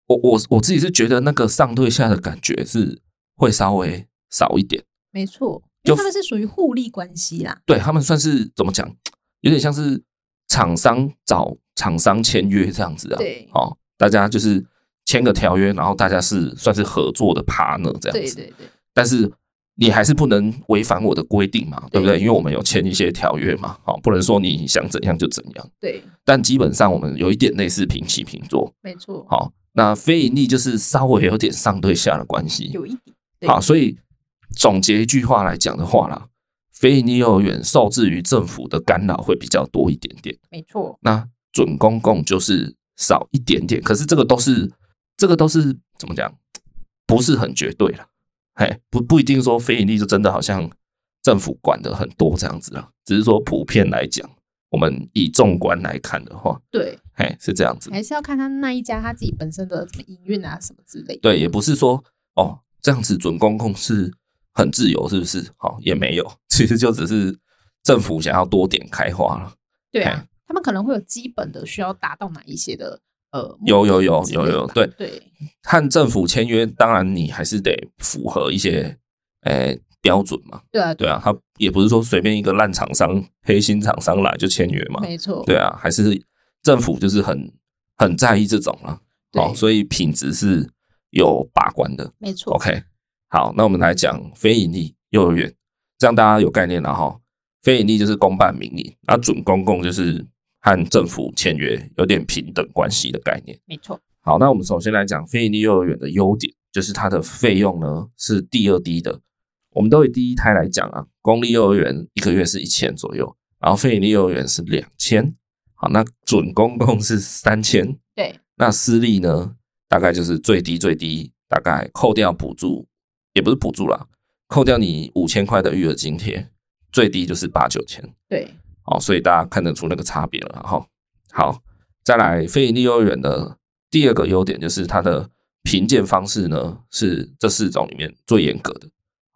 Speaker 1: 我我我自己是觉得那个上对下的感觉是会稍微少一点。
Speaker 2: 没错，因
Speaker 1: 就
Speaker 2: 为他们是属于互利关系啦。
Speaker 1: 对他们算是怎么讲？有点像是厂商找厂商签约这样子啊。
Speaker 2: 对
Speaker 1: 哦，大家就是签个条约，然后大家是算是合作的 partner 这样
Speaker 2: 对
Speaker 1: 子。
Speaker 2: 对对，
Speaker 1: 但是你还是不能违反我的规定嘛，对不对？
Speaker 2: 对
Speaker 1: 因为我们有签一些条约嘛，好、不能说你想怎样就怎样。
Speaker 2: 对，
Speaker 1: 但基本上我们有一点类似平起平坐。
Speaker 2: 没错，
Speaker 1: 好，那非盈利就是稍微有点上对下的关系。
Speaker 2: 有一点对
Speaker 1: 好，所以总结一句话来讲的话啦，非盈利幼儿园受制于政府的干扰会比较多一点点，
Speaker 2: 没错，
Speaker 1: 那准公共就是少一点点。可是这个都是这个都是怎么讲，不是很绝对了。嘿，不不一定说非盈利就真的好像政府管的很多这样子啦，只是说普遍来讲，我们以纵观来看的话，
Speaker 2: 对，
Speaker 1: 哎，是这样子。
Speaker 2: 还是要看他那一家他自己本身的什么营运啊什么之类的。
Speaker 1: 对，也不是说哦，这样子准公共是很自由，是不是？好、也没有，其实就只是政府想要多点开花了。
Speaker 2: 对啊，他们可能会有基本的需要达到哪一些的呃，目
Speaker 1: 有
Speaker 2: 的
Speaker 1: 有有
Speaker 2: 之
Speaker 1: 有
Speaker 2: 类
Speaker 1: 有，
Speaker 2: 的吧
Speaker 1: 对，
Speaker 2: 对
Speaker 1: 和政府签约，当然你还是得符合一些诶、标准嘛。
Speaker 2: 对啊，
Speaker 1: 对啊，他也不是说随便一个烂厂商、黑心厂商来就签约嘛。
Speaker 2: 没错，
Speaker 1: 对啊，还是政府就是很很在意这种了。哦，
Speaker 2: 对
Speaker 1: 所以品质是有把关的。
Speaker 2: 没错，
Speaker 1: OK，好，那我们来讲非盈利幼儿园，这样大家有概念了哈。非盈利就是公办民营，那准公共就是和政府签约，有点平等关系的概念。
Speaker 2: 没错，
Speaker 1: 好，那我们首先来讲非盈利幼儿园的优点，就是它的费用呢是第二低的。我们都以第一胎来讲啊，公立幼儿园一个月是一千左右，然后非盈利幼儿园是两千，好，那准公共是三千，
Speaker 2: 对
Speaker 1: 那私立呢，大概就是最低最低，大概扣掉补助，也不是补助啦，扣掉你五千块的育儿津贴，最低就是八九千。
Speaker 2: 对
Speaker 1: 哦，所以大家看得出那个差别了哈。好，再来非盈利幼儿园的第二个优点就是它的评鉴方式呢是这四种里面最严格的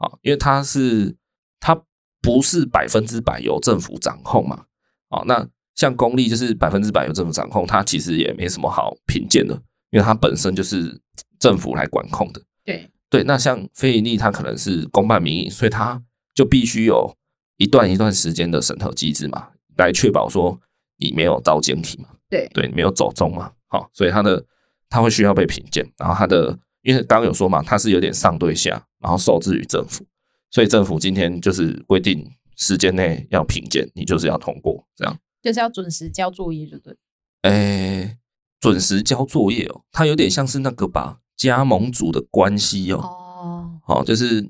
Speaker 1: 啊、哦因为它是它不是百分之百由政府掌控嘛。哦，那像公立就是百分之百由政府掌控，它其实也没什么好评鉴的，因为它本身就是政府来管控的。
Speaker 2: 对
Speaker 1: 对，那像非盈利，它可能是公办民营，所以它就必须有一段一段时间的审核机制嘛，来确保说你没有遭监体嘛，
Speaker 2: 对
Speaker 1: 对，你没有走中嘛，好，所以它的它会需要被评鉴，然后它的因为刚刚有说嘛，它是有点上对下，然后受制于政府，所以政府今天就是规定时间内要评鉴，你就是要通过这样，
Speaker 2: 就是要准时交作业，就对，
Speaker 1: 诶，准时交作业哦，它有点像是那个吧加盟组的关系哦，
Speaker 2: 哦，
Speaker 1: 好、就是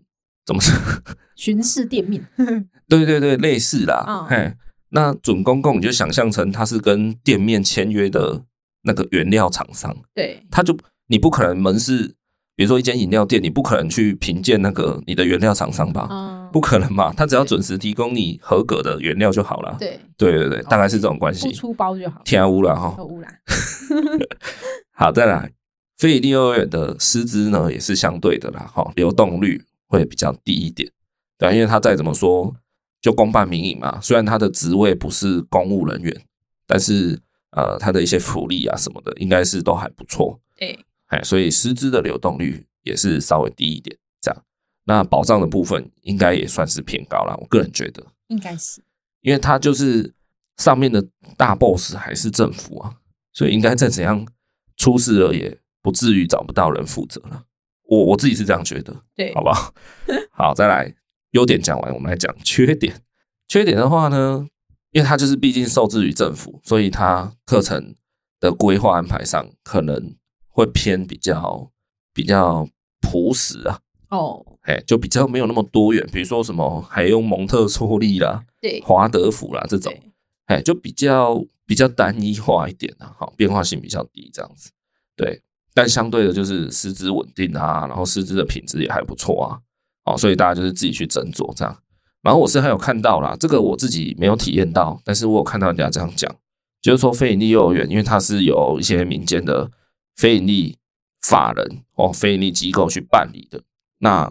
Speaker 1: 怎么说？
Speaker 2: 巡视店面，
Speaker 1: 对对对，类似啦
Speaker 2: 嗯。
Speaker 1: 嘿、那准公共你就想象成它是跟店面签约的那个原料厂商， <laughs>
Speaker 2: 对，
Speaker 1: 它就你不可能门市，比如说一间饮料店，你不可能去评鉴那个你的原料厂商吧？
Speaker 2: 嗯，
Speaker 1: 不可能嘛，它只要准时提供你合格的原料就好了。
Speaker 2: 对，哦
Speaker 1: 对对对，大概是这种关
Speaker 2: 不
Speaker 1: 系。
Speaker 2: 出包就好，
Speaker 1: 天污了哈
Speaker 2: 有，污染，
Speaker 1: 好，再来，非营利幼儿园的师资呢也是相对的啦，哈，流动率会比较低一点，对啊，因为他再怎么说就公办民营嘛，虽然他的职位不是公务人员，但是呃，他的一些福利啊什么的，应该是都还不错，
Speaker 2: 对，
Speaker 1: 哎，所以师资的流动率也是稍微低一点，这样。那保障的部分应该也算是偏高啦，我个人觉得，
Speaker 2: 应该是
Speaker 1: 因为他就是上面的大 boss 还是政府啊，所以应该再怎样出事了也不至于找不到人负责了。我我自己是这样觉得，
Speaker 2: 对
Speaker 1: 好，不好？ <laughs> 好，再来优点讲完，我们来讲缺点。缺点的话呢，因为它就是毕竟受制于政府，所以它课程的规划安排上可能会偏比较比较朴实啊，
Speaker 2: 哦，
Speaker 1: 哎，就比较没有那么多元。比如说什么还用蒙特梭利啦、
Speaker 2: 对，
Speaker 1: 华德福啦这种，
Speaker 2: 对
Speaker 1: 哎，就比较比较单一化一点啊，好，变化性比较低这样子，对。但相对的，就是师资稳定啊，然后师资的品质也还不错啊，好，所以大家就是自己去斟酌这样。然后我是还有看到啦，这个我自己没有体验到，但是我有看到人家这样讲，就是说非盈利幼儿园，因为它是有一些民间的非盈利法人哦，非盈利机构去办理的。那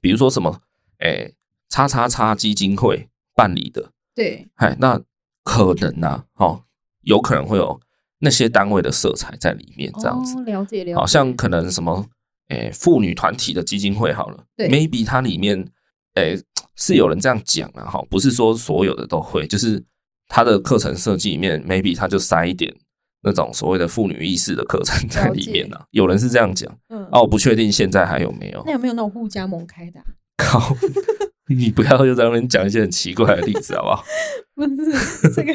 Speaker 1: 比如说什么，哎，叉叉叉基金会办理的，
Speaker 2: 对，
Speaker 1: 嗨，哎那可能啊，哦，有可能会有那些单位的色彩在里面，这样子
Speaker 2: 哦，，了解了解，
Speaker 1: 好、像可能什么，诶、妇女团体的基金会好了
Speaker 2: 对
Speaker 1: ，maybe 它里面，诶、是有人这样讲啊，哈，不是说所有的都会，就是它的课程设计里面，maybe 它就塞一点那种所谓的妇女意识的课程在
Speaker 2: 了
Speaker 1: 里面
Speaker 2: 解
Speaker 1: 啊，有人是这样讲，
Speaker 2: 嗯，
Speaker 1: 啊，我不确定现在还有没有
Speaker 2: 那，有没有那种互加盟开的啊？ <laughs>
Speaker 1: 靠， <laughs> 你不要又在那边讲一些很奇怪的例子好不好？
Speaker 2: 不
Speaker 1: <laughs>
Speaker 2: 是这个，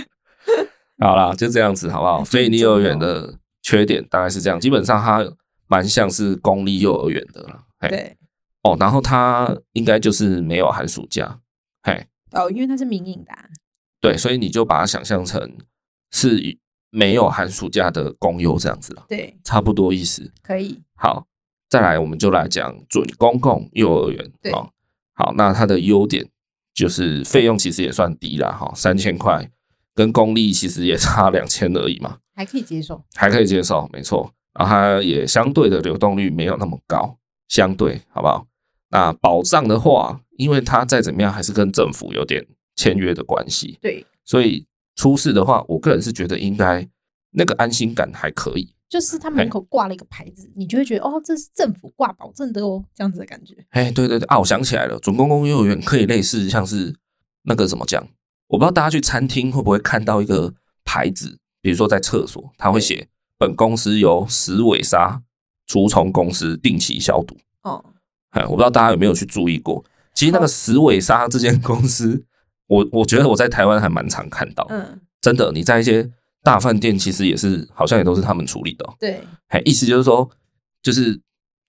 Speaker 1: 好啦，嗯就这样子好不好？非利幼儿园的缺点大概是这样，基本上它蛮像是公立幼儿园的啦。嘿，
Speaker 2: 对，
Speaker 1: 哦，然后它应该就是没有寒暑假，嘿，
Speaker 2: 哦，因为它是民营的啊，
Speaker 1: 对，所以你就把它想象成是没有寒暑假的公幼这样子啦，
Speaker 2: 对，
Speaker 1: 差不多意思。
Speaker 2: 可以，
Speaker 1: 好，再来我们就来讲准公共幼儿园。
Speaker 2: 对
Speaker 1: 哦，好，那它的优点就是费用其实也算低啦，哈、三千块跟公立其实也差两千而已嘛。
Speaker 2: 还可以接受，
Speaker 1: 还可以接受，没错。然后它也相对的流动率没有那么高，相对好不好？那保障的话，因为它再怎么样还是跟政府有点签约的关系，
Speaker 2: 对，
Speaker 1: 所以出事的话，我个人是觉得应该那个安心感还可以。
Speaker 2: 就是它门口挂了一个牌子，你就会觉得哦，这是政府挂保证的哦，这样子的感觉。
Speaker 1: 哎，对对对啊，我想起来了，准公共幼儿园可以类似像是那个怎么讲？我不知道大家去餐厅会不会看到一个牌子，比如说在厕所，它会写本公司由石尾鲨除虫公司定期消毒。
Speaker 2: 哦，
Speaker 1: 哎，我不知道大家有没有去注意过，其实那个
Speaker 2: 好
Speaker 1: 石尾鲨这间公司，我我觉得我在台湾还蛮常看到，
Speaker 2: 嗯，
Speaker 1: 真的，你在一些大饭店其实也是，好像也都是他们处理的、哦。
Speaker 2: 对，
Speaker 1: 哎，意思就是说，就是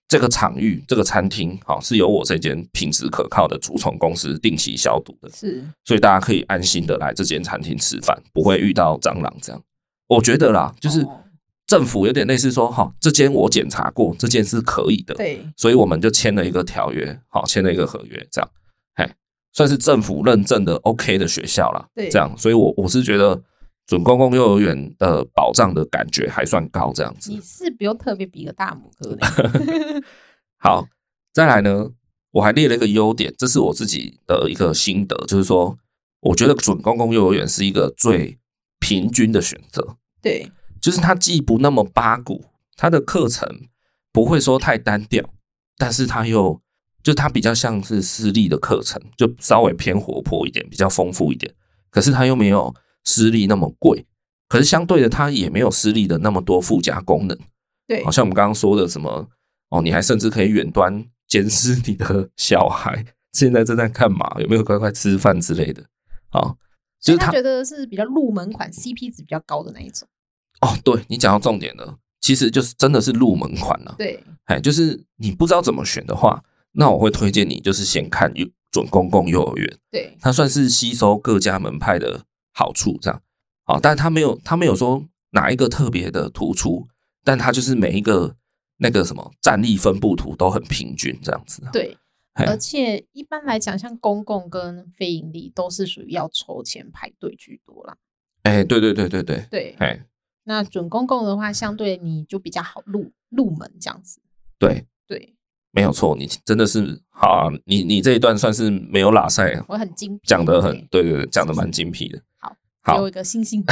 Speaker 1: 这个场域、这个餐厅，好、是由我这间品质可靠的除虫公司定期消毒的，
Speaker 2: 是，
Speaker 1: 所以大家可以安心的来这间餐厅吃饭，不会遇到蟑螂这样。我觉得啦，就是
Speaker 2: 哦
Speaker 1: 政府有点类似说，好、这间我检查过，这间是可以的，
Speaker 2: 对，
Speaker 1: 所以我们就签了一个条约，好，签了一个合约，这样，哎，算是政府认证的 OK 的学校啦。
Speaker 2: 对
Speaker 1: 这样，所以我我是觉得准公共幼儿园的保障的感觉还算高，这样子
Speaker 2: 你。是不用特别比个大拇哥的，
Speaker 1: <laughs> 好，再来呢，我还列了一个优点，这是我自己的一个心得，就是说，我觉得准公共幼儿园是一个最平均的选择，
Speaker 2: 对，
Speaker 1: 就是它既不那么八股，它的课程不会说太单调，但是它又就它比较像是私立的课程，就稍微偏活泼一点，比较丰富一点。可是它又没有私立那么贵，可是相对的，它也没有私立的那么多附加功能。
Speaker 2: 对
Speaker 1: 好，像我们刚刚说的什么哦，你还甚至可以远端监视你的小孩现在正在干嘛，有没有乖乖吃饭之类的。啊，就
Speaker 2: 所
Speaker 1: 是
Speaker 2: 以他
Speaker 1: 它
Speaker 2: 觉得是比较入门款，CP 值比较高的那一种。
Speaker 1: 哦，对你讲到重点了，其实就是真的是入门款了、
Speaker 2: 对，
Speaker 1: 哎，就是你不知道怎么选的话，那我会推荐你就是先看幼准公共幼儿园，
Speaker 2: 对，
Speaker 1: 它算是吸收各家门派的好处这样。好，但它没有它没有说哪一个特别的突出，但它就是每一个那个什么战力分布图都很平均这样子啊。
Speaker 2: 对，
Speaker 1: 嘿
Speaker 2: 而且一般来讲，像公共跟非盈利都是属于要筹钱排队居多啦。
Speaker 1: 哎，对对对对对，
Speaker 2: 对，
Speaker 1: 哎，
Speaker 2: 那准公共的话，相对你就比较好入入门这样子。
Speaker 1: 对，
Speaker 2: 对
Speaker 1: 没有错，你真的是好、啊，你你这一段算是没有拉塞啊，
Speaker 2: 我很精辟，
Speaker 1: 讲的很
Speaker 2: 对，
Speaker 1: 对对对，讲的蛮精辟的。
Speaker 2: 好，
Speaker 1: 好
Speaker 2: 给我，一个星星。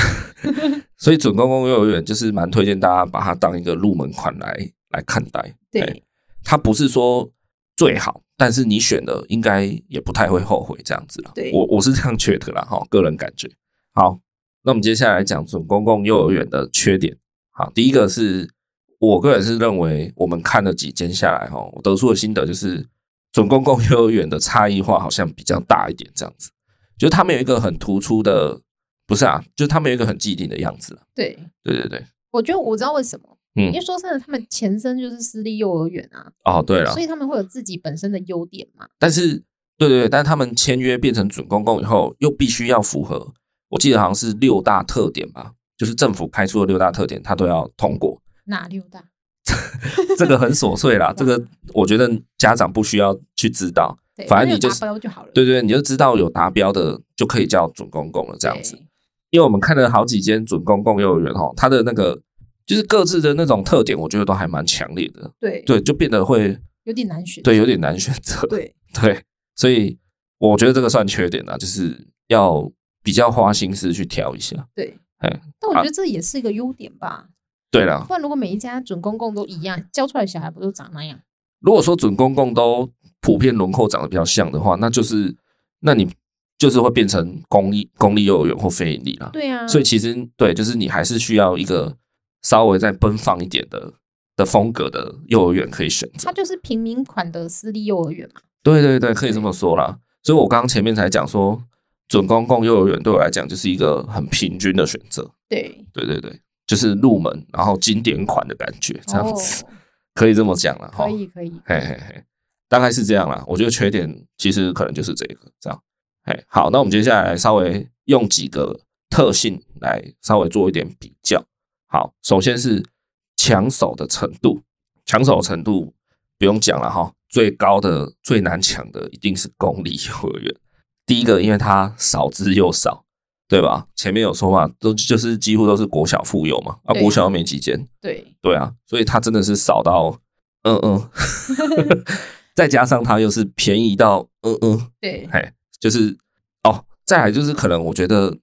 Speaker 1: 所以准公共幼儿园就是蛮推荐大家把它当一个入门款来来看待。哎
Speaker 2: <laughs> 对，
Speaker 1: 它不是说最好，但是你选的应该也不太会后悔这样子了。
Speaker 2: 对
Speaker 1: 我我是这样觉得啦，哈，个人感觉。好，那我们接下来讲准公共幼儿园的缺点。好，第一个是我个人是认为，我们看了几间下来，哈，我得出的心得就是，准公共幼儿园的差异化好像比较大一点，这样子，就是他们有一个很突出的，不是啊，就是他们有一个很既定的样子啦。
Speaker 2: 对，
Speaker 1: 对对对，
Speaker 2: 我觉得我知道为什么，
Speaker 1: 嗯
Speaker 2: 因为说真的，他们前身就是私立幼儿园啊，
Speaker 1: 哦，对了
Speaker 2: 所，以他们会有自己本身的优点嘛。
Speaker 1: 但是对对对，但是他们签约变成准公共以后，又必须要符合，我记得好像是六大特点吧，就是政府开出的六大特点，它都要通
Speaker 2: <laughs>
Speaker 1: 过。
Speaker 2: 哪六大？
Speaker 1: 这个很琐碎啦，这个我觉得家长不需要去知道，
Speaker 2: 对，
Speaker 1: 反正
Speaker 2: 那
Speaker 1: 你就
Speaker 2: 达
Speaker 1: 是
Speaker 2: 标就好了。
Speaker 1: 对对，你就知道有达标的就可以叫准公共了，这样子
Speaker 2: 对。。
Speaker 1: 因为我们看了好几间准公共幼儿园哦，它的那个就是各自的那种特点，我觉得都还蛮强烈的，
Speaker 2: 对，
Speaker 1: 对，就变得会
Speaker 2: 有点难选。
Speaker 1: 对有点难选择，
Speaker 2: 对
Speaker 1: 对，所以我觉得这个算缺点啦，就是要比较花心思去挑一下。
Speaker 2: 对
Speaker 1: 哎
Speaker 2: 但我
Speaker 1: 啊
Speaker 2: 觉得这也是一个优点吧。
Speaker 1: 对啦，
Speaker 2: 不然如果每一家准公共都一样，教出来的小孩不都长那样？
Speaker 1: 如果说准公共都普遍轮廓长得比较像的话，那就是那你就是会变成公立公立幼儿园或非盈利啦。
Speaker 2: 对啊，
Speaker 1: 所以其实对，就是你还是需要一个稍微再奔放一点的的风格的幼儿园可以选择
Speaker 2: 它。就是平民款的私立幼儿园嘛。
Speaker 1: 对对对，可以这么说啦。所以我刚刚前面才讲说，准公共幼儿园对我来讲就是一个很平均的选择。
Speaker 2: 对，
Speaker 1: 对对对，就是入门，然后经典款的感觉，这样子、
Speaker 2: 哦、
Speaker 1: 可以这么讲了哈。
Speaker 2: 可以可以。
Speaker 1: 嘿嘿嘿，大概是这样啦。我觉得缺点其实可能就是这个，这样。哎，好，那我们接下来稍微用几个特性来稍微做一点比较。好，首先是抢手的程度，抢手的程度不用讲了哈，最高的最难抢的一定是公立幼儿园。第一个，因为它少之又少，对吧？前面有说嘛，都就是几乎都是国小妇幼嘛，啊，
Speaker 2: 对啊
Speaker 1: 国小又没几间，
Speaker 2: 对
Speaker 1: 对啊，所以它真的是少到，嗯嗯，再加上它又是便宜到，嗯嗯，
Speaker 2: 对
Speaker 1: 哎，就是哦，再来就是可能我觉得，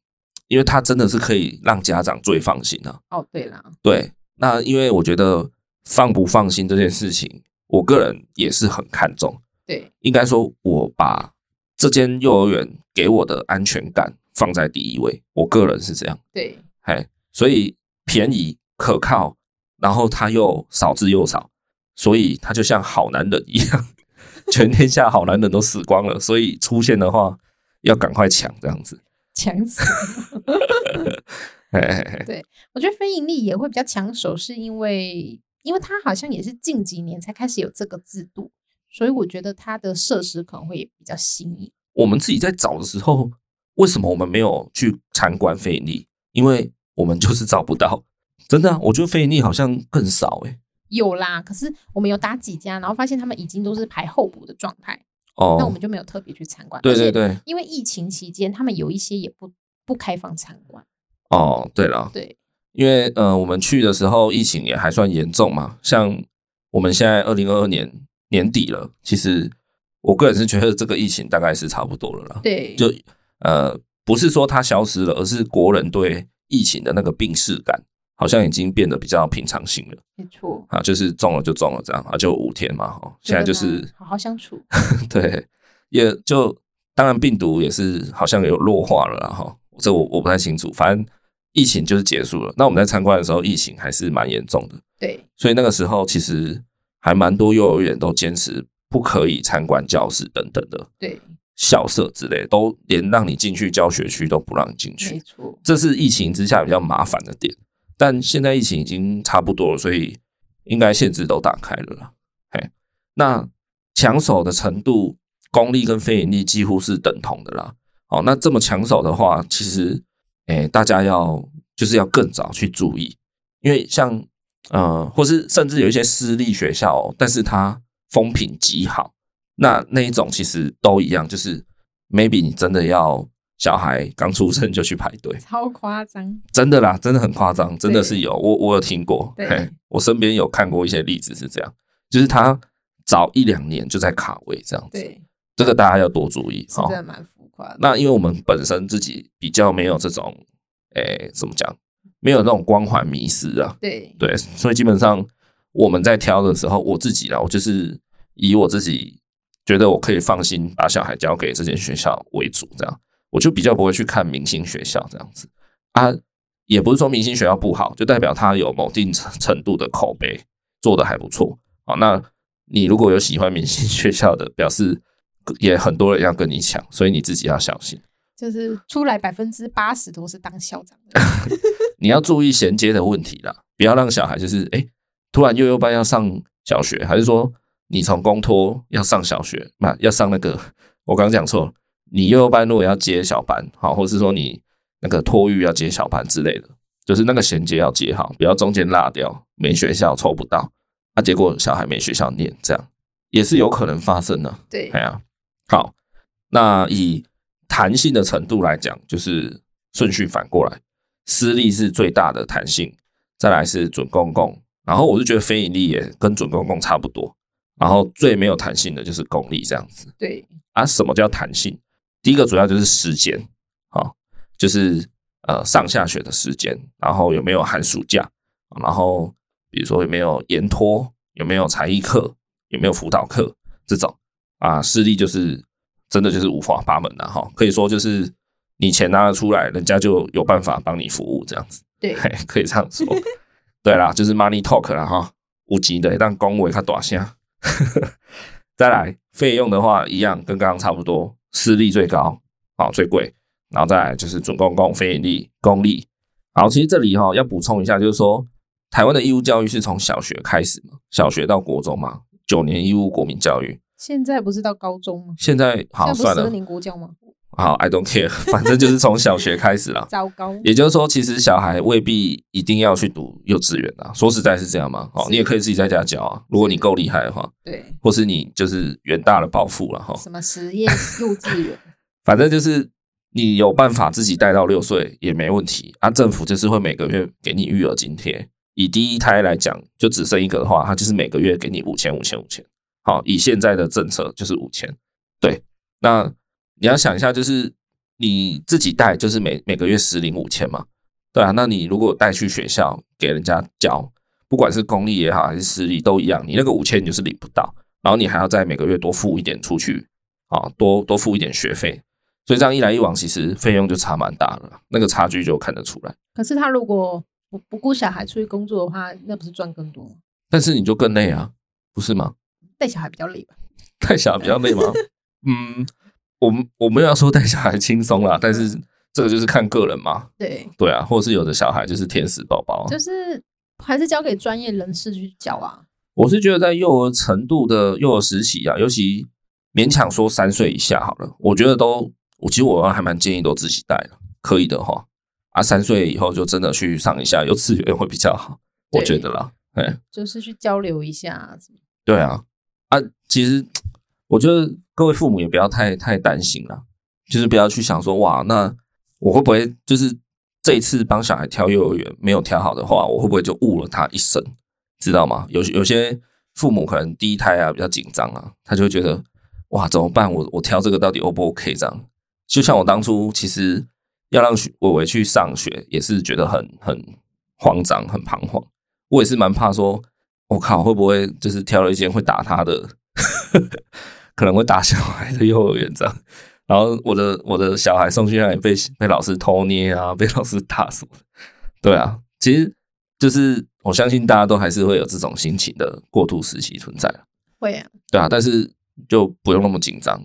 Speaker 1: 因为它真的是可以让家长最放心啊。
Speaker 2: 哦对啦，
Speaker 1: 对，那因为我觉得放不放心这件事情，我个人也是很看重。
Speaker 2: 对
Speaker 1: 应该说，我把这间幼儿园给我的安全感放在第一位，我个人是这样。
Speaker 2: 对
Speaker 1: 哎，所以便宜可靠，然后它又少之又少，所以它就像好男人一样， <laughs> 全天下好男人都死光了，所以出现的话要赶快抢这样子。
Speaker 2: 抢手。
Speaker 1: 嘿嘿嘿，
Speaker 2: <laughs> 我觉得非盈利也会比较抢手，是因为因为它好像也是近几年才开始有这个制度，所以我觉得它的设施可能会也比较新颖。
Speaker 1: 我们自己在找的时候，为什么我们没有去参观费力？因为我们就是找不到。真的啊、我觉得费力好像更少欸诶、
Speaker 2: 有啦，可是我们有打几家，然后发现他们已经都是排候补的状态，那我
Speaker 1: 哦
Speaker 2: 们，就没有特别去参观。
Speaker 1: 对对，对，
Speaker 2: 因为疫情期间，他们有一些也不不开放参观。
Speaker 1: 哦，对了，
Speaker 2: 对
Speaker 1: 因为呃，我们去的时候疫情也还算严重嘛，像我们现在二零二二年年底了，其实我个人是觉得这个疫情大概是差不多了啦。
Speaker 2: 对，
Speaker 1: 就呃，不是说它消失了，而是国人对疫情的那个病视感好像已经变得比较平常心了
Speaker 2: 没错。
Speaker 1: 啊，就是中了就中了这样啊，就五天嘛，哦，现在就
Speaker 2: 跟
Speaker 1: 是
Speaker 2: 他好好相处。
Speaker 1: 对，也就当然病毒也是好像有弱化了啦哈，这我我不太清楚，反正疫情就是结束了。那我们在参观的时候，疫情还是蛮严重的，
Speaker 2: 对
Speaker 1: 所以那个时候其实还蛮多幼儿园都坚持不可以参观教室等等的
Speaker 2: 对，
Speaker 1: 校舍之类，都连让你进去教学区都不让你进
Speaker 2: 没
Speaker 1: 去，
Speaker 2: 错。
Speaker 1: 这是疫情之下比较麻烦的点。但现在疫情已经差不多了，所以应该限制都打开了啦。嘿，那抢手的程度，公立跟非盈利几乎是等同的啦。哦，那这么抢手的话，其实，诶、大家要就是要更早去注意，因为像呃，或是甚至有一些私立学校、哦，但是它风评极好，那那一种其实都一样，就是 maybe 你真的要小孩刚出生就去排队，
Speaker 2: 超夸张，
Speaker 1: 真的啦，真的很夸张，真的是有，我我有听过，
Speaker 2: 对
Speaker 1: 嘿，我身边有看过一些例子是这样，就是他早一两年就在卡位这样子，
Speaker 2: 对，
Speaker 1: 这个大家要多注意
Speaker 2: 是
Speaker 1: 哦
Speaker 2: 真。的蛮浮夸的。
Speaker 1: 那因为我们本身自己比较没有这种，诶，怎么讲，没有那种光环迷失啊，
Speaker 2: 对，
Speaker 1: 对，所以基本上我们在挑的时候，我自己啦，我就是以我自己觉得我可以放心把小孩交给这间学校为主，这样我就比较不会去看明星学校这样子啊。也不是说明星学校不好，就代表它有某定程程度的口碑做的还不错。好，那你如果有喜欢明星学校的，表示也很多人要跟你抢，所以你自己要小心。
Speaker 2: 就是出来百分之八十都是当校长的，
Speaker 1: 你要注意衔接的问题啦，不要让小孩就是哎、诶突然幼幼班要上小学，还是说你从公托要上小学，那、要上那个我刚讲错了，你幼幼班如果要接小班，好，或是说你那个托育要接小班之类的，就是那个衔接要接好，不要中间落掉，没学校抽不到，啊，结果小孩没学校念，这样也是有可能发生的、
Speaker 2: 对
Speaker 1: 哎，呀，好，那以弹性的程度来讲，就是顺序反过来，私立是最大的弹性，再来是准公共，然后我是觉得非盈利也跟准公共差不多，然后最没有弹性的就是公立这样子。
Speaker 2: 对，
Speaker 1: 啊，什么叫弹性？第一个主要就是时间，啊、就是呃上下学的时间，然后有没有寒暑假，然后比如说有没有延托，有没有才艺课，有没有辅导课这种啊，私立就是真的就是五花八门啊的、哈、可以说就是你钱拿得出来，人家就有办法帮你服务这样子，
Speaker 2: 对，
Speaker 1: 嘿，可以这样说，对啦，就是 money talk 啦哈，五级的，但公维它短下。再来费用的话，一样跟刚刚差不多，私立最高，好、最贵，然后再来就是准公共、非盈利、公立。好，其实这里哈、要补充一下，就是说台湾的义务教育是从小学开始嘛，小学到国中嘛，九年义务国民教育。
Speaker 2: 现在不是到高中吗？
Speaker 1: 现在好算
Speaker 2: 现在不是十二
Speaker 1: 了，
Speaker 2: 年国教吗？
Speaker 1: 好 I don't care，反正就是从小学开
Speaker 2: <laughs>
Speaker 1: 始啦。
Speaker 2: 糟糕，
Speaker 1: 也就是说，其实小孩未必一定要去读幼稚园啊。说实在是这样嘛，哦，
Speaker 2: 是
Speaker 1: 你也可以自己在家教啊，如果你够厉害的话，
Speaker 2: 对，
Speaker 1: 或是你就是远大的抱负了哈。
Speaker 2: 什么实验幼稚园，
Speaker 1: 反正就是你有办法自己带到六岁也没问题啊。政府就是会每个月给你育儿津贴。以第一胎来讲，就只生一个的话，它就是每个月给你五千、五千、五千。好，以现在的政策就是五千。对，那你要想一下，就是你自己带，就是每每个月实领五千嘛。对啊，那你如果带去学校给人家教，不管是公立也好还是私立都一样，你那个五千你就是领不到，然后你还要再每个月多付一点出去啊，多多付一点学费，所以这样一来一往，其实费用就差蛮大了，那个差距就看得出来。
Speaker 2: 可是他如果不不顾小孩出去工作的话，那不是赚更多吗？
Speaker 1: 但是你就更累啊，不是吗？ <laughs>
Speaker 2: 带小孩比较累吧？
Speaker 1: 带小孩比较累吗？嗯，我们我没有要说带小孩轻松啦，但是这个就是看个人嘛，
Speaker 2: 对，
Speaker 1: 对啊，或者是有的小孩就是天使宝宝啊，
Speaker 2: 就是还是交给专业人士去教啊。
Speaker 1: 我是觉得在幼儿程度的幼儿时期啊，尤其勉强说三岁以下好了，我觉得都，我其实我还蛮建议都自己带的，可以的哈。啊，三岁以后就真的去上一下幼稚园会比较好，我觉得啦。哎，
Speaker 2: 就是去交流一下，
Speaker 1: 对啊，啊，其实我觉得各位父母也不要太太担心啦，就是不要去想说哇，那我会不会就是这一次帮小孩挑幼儿园没有挑好的话，我会不会就误了他一生，知道吗？有有些父母可能第一胎啊比较紧张啊，他就会觉得哇怎么办？我我挑这个到底 O 不 OK 这样？就像我当初其实要让学伟伟去上学，也是觉得很很慌张、很彷徨，我也是蛮怕说，我、靠会不会就是挑了一间会打他的，可能会打小孩的幼儿园这样。然后我的我的小孩送去那里被被老师偷捏啊，被老师打什么的。对啊，其实就是我相信大家都还是会有这种心情的过渡时期存在啊
Speaker 2: 会啊，
Speaker 1: 对啊，但是就不用那么紧张，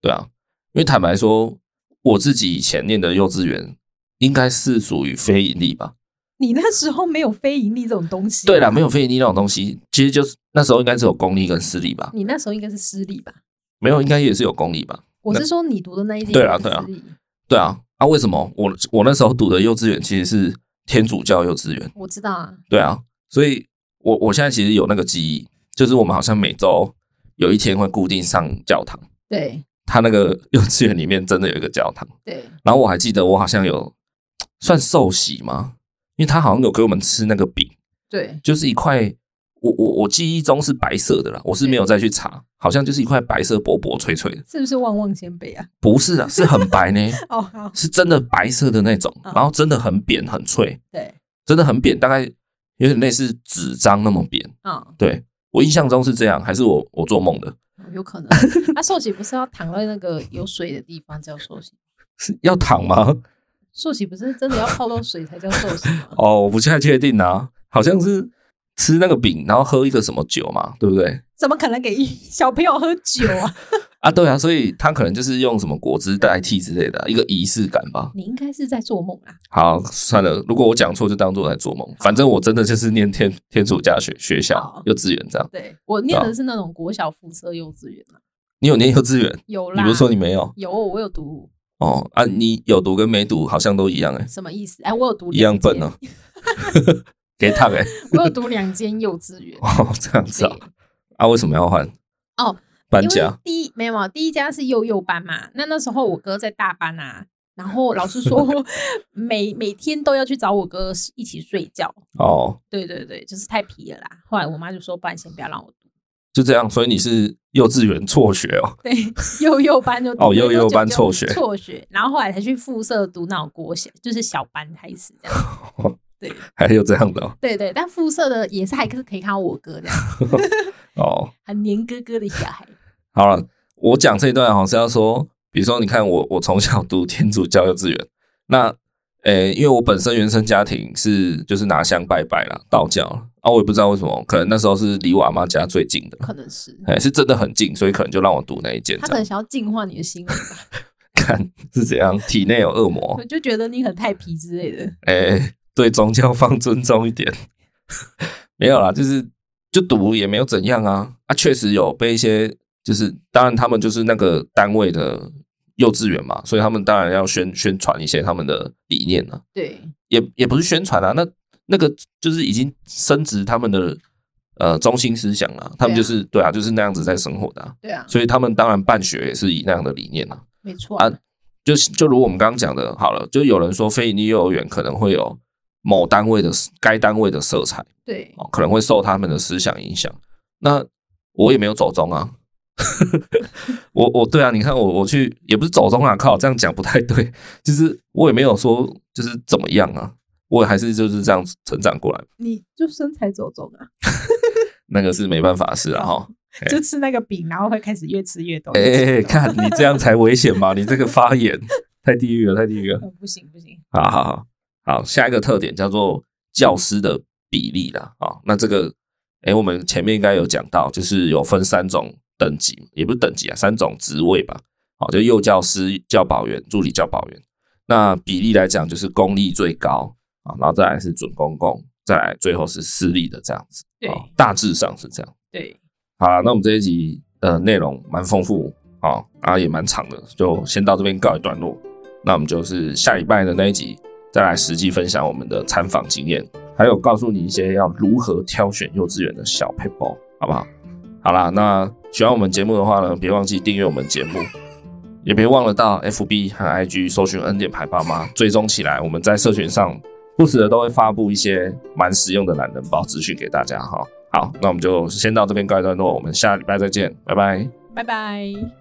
Speaker 1: 对啊，因为坦白说，我自己以前念的幼稚园应该是属于非盈利吧，
Speaker 3: 你那时候没有非盈利这种东
Speaker 2: 啊
Speaker 3: 西。
Speaker 1: 对啦，没有非盈利那种东西，其实就是那时候应该是有公立跟私立吧，
Speaker 3: 你那时候应该是私立吧？
Speaker 1: 没有应该也是有公立吧？
Speaker 3: 我是说你读的那一间
Speaker 1: 对啦
Speaker 3: 也是
Speaker 1: 对啦
Speaker 3: 私立，
Speaker 1: 对啊，啊为什么我我那时候读的幼稚园其实是天主教幼稚园？
Speaker 3: 我知道啊。
Speaker 1: 对啊，所以我我现在其实有那个记忆，就是我们好像每周有一天会固定上教堂，
Speaker 3: 对
Speaker 1: 他那个 <laughs> 幼稚园里面真的有一个教堂，
Speaker 3: 对，
Speaker 1: 然后我还记得我好像有算受洗吗？因为他好像有给我们吃那个饼，
Speaker 3: 对，
Speaker 1: 就是一块，我我我记忆中是白色的啦，我是没有再去查，好像就是一块白色薄薄脆脆的，
Speaker 3: 是不是旺旺仙贝啊？
Speaker 1: 不是啊，是很白呢，
Speaker 3: 哦，好，
Speaker 1: 是真的白色的那种，
Speaker 3: 嗯
Speaker 1: 然后真的很扁很脆，
Speaker 3: 对，
Speaker 1: 真的很扁，大概有点类似纸张那么扁。
Speaker 2: 哦
Speaker 3: 啊、
Speaker 1: 对我印象中是这样，还是我我做梦的？
Speaker 2: 有可
Speaker 1: <laughs>
Speaker 2: 能。他寿喜不是要躺在那个有水的地方叫寿喜，
Speaker 1: 是要躺
Speaker 2: 嗯
Speaker 1: 吗？
Speaker 2: 寿喜不是真的要泡到水才叫寿喜吗？
Speaker 1: <laughs> 哦，我不太确定啊，好像是吃那个饼，然后喝一个什么酒嘛，对不对？
Speaker 3: 怎么可能给小朋友喝酒啊？
Speaker 1: 啊，对啊，所以他可能就是用什么果汁代替之类的一个仪式感吧。
Speaker 2: <laughs> 你应该是在做梦啊啦。
Speaker 1: 好，算了，如果我讲错就当做我在做梦，反正我真的就是念天天主教学学校
Speaker 2: 哦
Speaker 3: 好
Speaker 1: 幼稚园这样。
Speaker 2: 对我念
Speaker 1: <laughs> 对啊
Speaker 2: 的是那种国小附设幼稚园啊，
Speaker 1: 你有念幼稚园？
Speaker 2: 有
Speaker 1: 你
Speaker 2: 啦。
Speaker 1: 不是说你没有？
Speaker 2: 有？我有读，
Speaker 1: 哦啊，
Speaker 2: 嗯
Speaker 1: 你有读跟没读好像都一样哎、
Speaker 2: 什么意思？哎，我有读
Speaker 1: 一样
Speaker 2: 两间
Speaker 1: 笨哦、 <laughs> 给他哎、。
Speaker 2: 我有读两间幼稚园
Speaker 1: <laughs> 哦这样子啊
Speaker 2: 对，
Speaker 1: 啊为什么要换？
Speaker 2: 哦，
Speaker 1: 搬
Speaker 2: 因为
Speaker 1: 家
Speaker 2: 第一没有没有，第一家是幼幼班嘛。那那时候我哥在大班啊，然后老
Speaker 1: <laughs>
Speaker 2: 师说每每天都要去找我哥一起睡觉。
Speaker 1: 哦，
Speaker 2: 对对对，就是太皮了啦。后来我妈就说，不然先不要让我读。 <laughs>
Speaker 1: 就这样，所以你是幼稚园辍学哦， <laughs>
Speaker 2: 对，幼幼班就
Speaker 1: 哦幼幼班辍学
Speaker 2: 辍学，然后后来才去附设读那种国小，就是小班开始这样。
Speaker 1: <laughs>
Speaker 2: 对
Speaker 1: 还有这样的哦
Speaker 2: 对对，但附设的也是还是可以看到我哥这样，
Speaker 1: 哦。
Speaker 2: 很黏哥哥的小孩。
Speaker 1: 好了，我讲这一段好像是要说，比如说，你看我我从小读天主教幼稚园，那呃、因为我本身原生家庭是就是拿香拜拜啦，道教啦啊，我也不知道为什么，可能那时候是离我阿妈家最近的，
Speaker 2: 可
Speaker 1: <laughs>
Speaker 2: 能是
Speaker 1: 哎、是真的很近，所以可能就让我读那一间
Speaker 2: 他
Speaker 1: 这
Speaker 2: 可能
Speaker 1: 样。
Speaker 2: 想要净化你的心
Speaker 1: <laughs>
Speaker 2: 灵吧，
Speaker 1: 看是怎样，体内有恶魔
Speaker 2: 我，就觉得你很太皮之类的。
Speaker 1: 哎、对宗教放尊重一点， <laughs> 没有啦，就是就读也没有怎样啊，啊，确实有被一些，就是当然他们就是那个单位的幼稚园嘛，所以他们当然要宣宣传一些他们的理念啊，
Speaker 2: 对，
Speaker 1: 也也不是宣传啊，那那个就是已经升值他们的呃中心思想了、他们就是对啊，就是那样子在生活的、啊，
Speaker 2: 对啊，
Speaker 1: 所以他们当然办学也是以那样的理念啊。
Speaker 2: 没错
Speaker 1: 啊就是就如我们刚刚讲的，好了，就有人说非营利幼儿园可能会有某单位的该单位的色彩
Speaker 2: 对，
Speaker 1: 哦，可能会受他们的思想影响。那我也没有走中啊， <laughs> 我我对啊，你看我我去也不是走中啊，靠，这样讲不太对，就是我也没有说就是怎么样啊，我也还是就是这样成长过来，
Speaker 3: 你就身材走中啊，
Speaker 1: 那个是没办法的事啊哈。哎
Speaker 3: 就吃那个饼，然后会开始越吃越多。
Speaker 1: 哎、
Speaker 3: 越吃
Speaker 1: 哎
Speaker 3: 越
Speaker 1: 哎
Speaker 3: 多
Speaker 1: 看你这样才危险嘛，你这个发言太地狱了，太地狱了。
Speaker 3: 哦
Speaker 2: 嗯不行不行，
Speaker 1: 好好好，好，下一个特点叫做教师的比例啦。啊、那这个，诶，我们前面应该有讲到，就是有分三种等级，也不是等级啊，三种职位吧。好、就幼教师、教保员、助理教保员。那比例来讲，就是公立最高啊，然后再来是准公共，再来最后是私立的这样子。
Speaker 2: 对
Speaker 3: 哦
Speaker 1: 啊大致上是这样。
Speaker 2: 对，
Speaker 1: 好啦，那我们这一集的内容蛮丰富啊，啊也蛮长的，就先到这边告一段落。那我们就是下礼拜的那一集再来实际分享我们的参访经验，还有告诉你一些要如何挑选幼稚园的小 p a p e 好不好？好啦，那喜欢我们节目的话呢，别忘记订阅我们节目，也别忘了到 FB 和 IG 搜寻恩典牌爸妈，追踪起来。我们在社群上不时的都会发布一些蛮实用的懒人包资讯给大家哈。好，那我们就先到这边告一段落，我们下礼拜再见，拜拜。
Speaker 2: 拜拜。